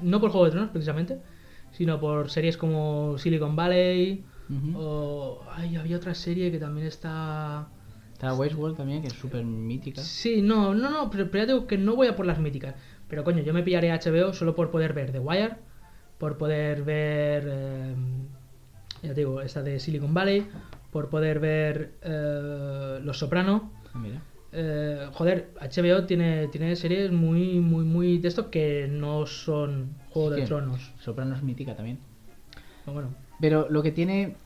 no por Juego de Tronos precisamente, sino por series como Silicon Valley
Ujú.
o... Ay, había otra serie que también está...
Está Westworld también, que es súper mítica.
Sí, no, no, no, pero, pero ya digo que no voy a por las míticas. Pero coño, yo me pillaré HBO solo por poder ver The Wire, por poder ver. eh, ya digo, esta de Silicon Valley, por poder ver eh, Los Soprano.
Ah, mira.
Eh, joder, HBO tiene, tiene series muy, muy, muy de esto que no son Juego
Sí.
de Tronos.
Soprano es mítica también.
Pero bueno,
Pero lo que tiene.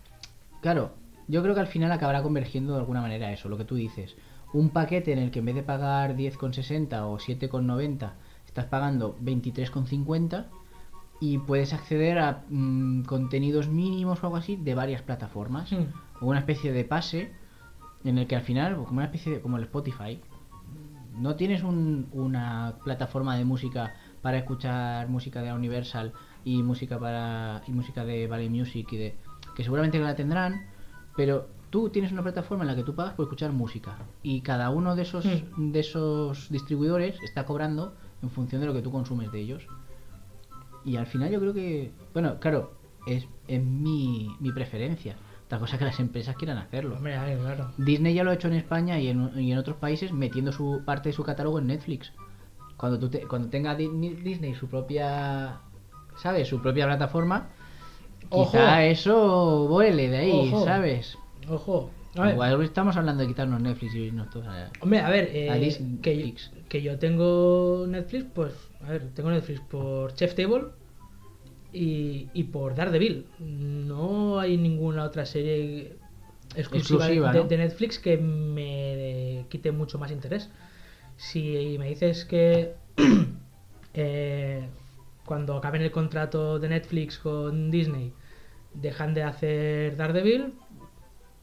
Claro, yo creo que al final acabará convergiendo de alguna manera eso, lo que tú dices. Un paquete en el que en vez de pagar 10,60 o 7,90, estás pagando 23,50 y puedes acceder a mm, contenidos mínimos o algo así de varias plataformas.
Hmm.
O una especie de pase en el que al final, como una especie de. como el Spotify. No tienes un- una plataforma de música para escuchar música de la Universal y música para y música de Valley Music y de que seguramente la tendrán, pero tú tienes una plataforma en la que tú pagas por escuchar música y cada uno de esos
Mm.
de esos distribuidores está cobrando en función de lo que tú consumes de ellos. Y al final yo creo que, bueno, claro, es, es mi, mi preferencia. Otra cosa es que las empresas quieran hacerlo.
hombre, a ver, claro.
Disney ya lo ha hecho en España y en, y en otros países metiendo su parte de su catálogo en Netflix. Cuando tú te- cuando tenga Di- Disney su propia, ¿sabes? Su propia plataforma,
Ojo.
quizá eso vuele de ahí,
Ojo.
¿sabes?
Ojo. A ver,
Igual estamos hablando de quitarnos Netflix y irnos todos a...
Hombre, a ver, eh,
A Disney
que, yo,
Flix.
que yo tengo Netflix, pues, a ver, tengo Netflix por Chef Table y, y por Daredevil. No hay ninguna otra serie exclusiva,
Exclusiva,
de,
¿no?
de Netflix que me quite mucho más interés. Si me dices que eh, cuando acaben el contrato de Netflix con Disney dejan de hacer Daredevil,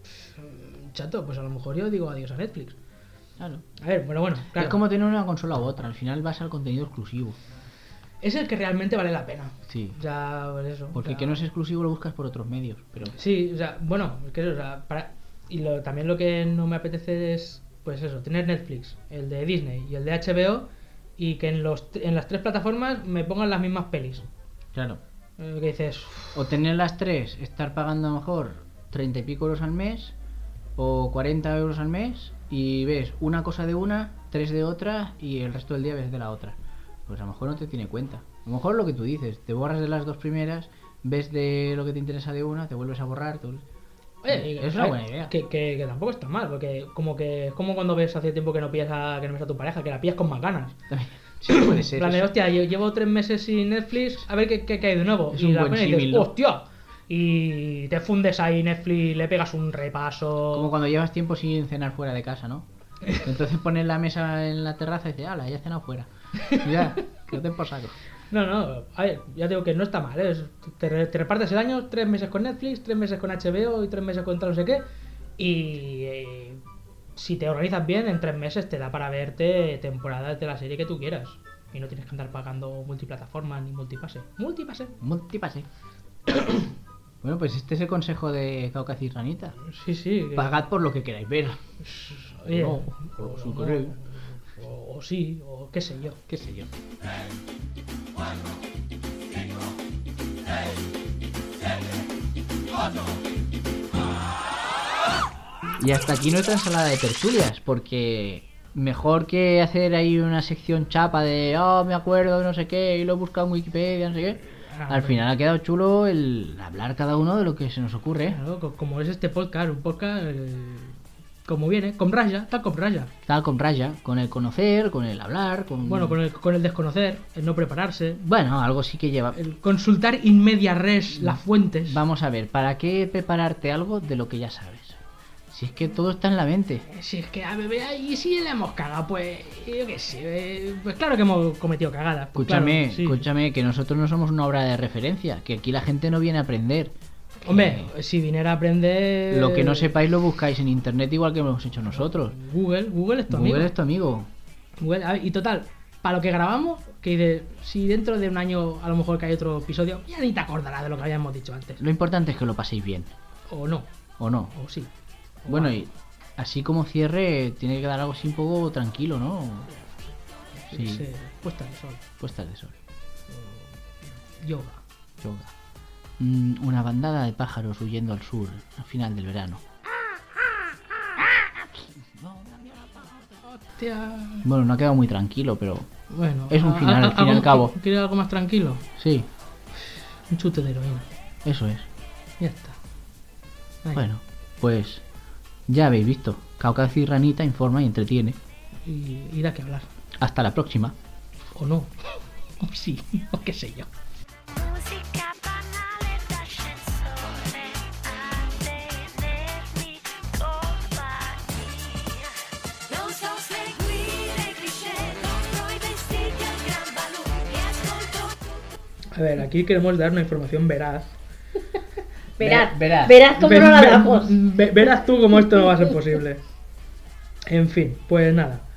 pff, chato, pues a lo mejor yo digo adiós a Netflix.
Claro.
A ver, bueno, bueno, claro.
Es como tener una consola u otra, al final vas al contenido exclusivo.
Es el que realmente vale la pena.
Sí.
O sea, pues eso.
Porque
o sea,
el que no es exclusivo lo buscas por otros medios, pero...
Sí, o sea, bueno, es que eso, o sea, para... Y lo, también lo que no me apetece es, pues eso, tener Netflix, el de Disney y el de HBO, y que en, los, en las tres plataformas me pongan las mismas pelis.
Claro.
Eh, que dices, "Uf,
O tener las tres, estar pagando a lo mejor 30 y pico euros al mes o 40 euros al mes y ves una cosa de una, tres de otra y el resto del día ves de la otra. Pues a lo mejor no te tiene cuenta. A lo mejor lo que tú dices, te borras de las dos primeras, ves de lo que te interesa de una, te vuelves a borrar. te vuelves-
oye, y-
Es
a
una
ver,
buena idea.
Que, que, que tampoco está mal, porque como que es como cuando ves hace tiempo que no pillas a, que no ves a tu pareja, que la pillas con más ganas.
También- Sí, puede
En
ser.
plan de,
eso.
hostia, lle- llevo tres meses sin Netflix, a ver qué, qué, qué hay de nuevo.
Es
y
un
la
buen
pones y dices,
símil, ¿no?
hostia. Y te fundes ahí Netflix, le pegas un repaso.
Como cuando llevas tiempo sin cenar fuera de casa, ¿no? Entonces pones la mesa en la terraza y dices, ala, ya he cenado fuera. Ya, que no te por saco.
No, no, a ver, ya digo que no está mal. ¿eh? Es- Te, re- te repartes el año, tres meses con Netflix, tres meses con HBO y tres meses con tal no sé qué. Y eh, si te organizas bien, en tres meses te da para verte temporadas de la serie que tú quieras. Y no tienes que andar pagando multiplataforma ni multipase. ¿Multipase?
Multipase. bueno, pues este es el consejo de Caucas y Ranita.
Sí, sí. que-
Pagad por lo que pues, queráis ver.
Oye,
No, o
pues,
si queréis.
o- o sí, o qué sé yo.
Qué sé yo. Y hasta aquí nuestra ensalada de tertulias, porque mejor que hacer ahí una sección chapa de, oh, me acuerdo, de no sé qué, y lo he buscado en Wikipedia, no sé qué.
Ah,
Al final ha quedado chulo el hablar cada uno de lo que se nos ocurre.
Claro, co- como es este podcast, un podcast eh, como viene, con raya, tal con raya.
Tal con Raya, con el conocer, con el hablar, con...
Bueno, con el, con el desconocer, el no prepararse,
Bueno, algo sí que lleva...
el consultar in media res las fuentes.
Vamos a ver, ¿para qué prepararte algo de lo que ya sabes? Si Si es que todo está en la mente.
Eh, Si es que a bebé, y si la hemos cagado, pues yo qué sé, eh, pues claro que hemos cometido cagadas. pues
Escúchame,
claro, sí.
escúchame, que nosotros no somos una obra de referencia, que aquí la gente no viene a aprender. Que
Hombre, si viniera a aprender.
Lo que no sepáis lo buscáis en internet igual que lo hemos hecho nosotros.
Google, Google es tu
Google
amigo.
es tu amigo.
Google, a ver, y total, para lo que grabamos, que dice, si dentro de un año a lo mejor que hay otro episodio, ya ni te acordarás de lo que habíamos dicho antes.
Lo importante es que lo paséis bien,
O no,
¿o no?
o sí.
Bueno, y así como cierre, tiene que dar algo así un poco tranquilo, ¿no? Sí,
Sí. eh, Puesta de sol,
puestas de sol,
yoga.
yoga. Mm, una bandada de pájaros huyendo al sur al final del verano.
Hostia.
Bueno, no ha quedado muy tranquilo, pero
Bueno,
Es un final, al fin y al cabo.
¿Quieres algo más tranquilo?
sí,
Un chute de heroína.
eso es.
Ya está. Ahí.
Bueno, pues ya habéis visto. Caucasi Ranita informa y entretiene.
Y, y da que hablar.
Hasta la próxima.
O no. O sí, o qué sé yo.
Música banale da canzone a tenermi compagnia. Non so seguire i cliché, compro i vestiti al gran valore e ascolto
A ver, aquí queremos dar una información veraz.
Verás,
verás.
verás, cómo
Ve-
no la
ve-
damos.
ve- verás tú cómo esto no va a ser posible. En fin, pues nada.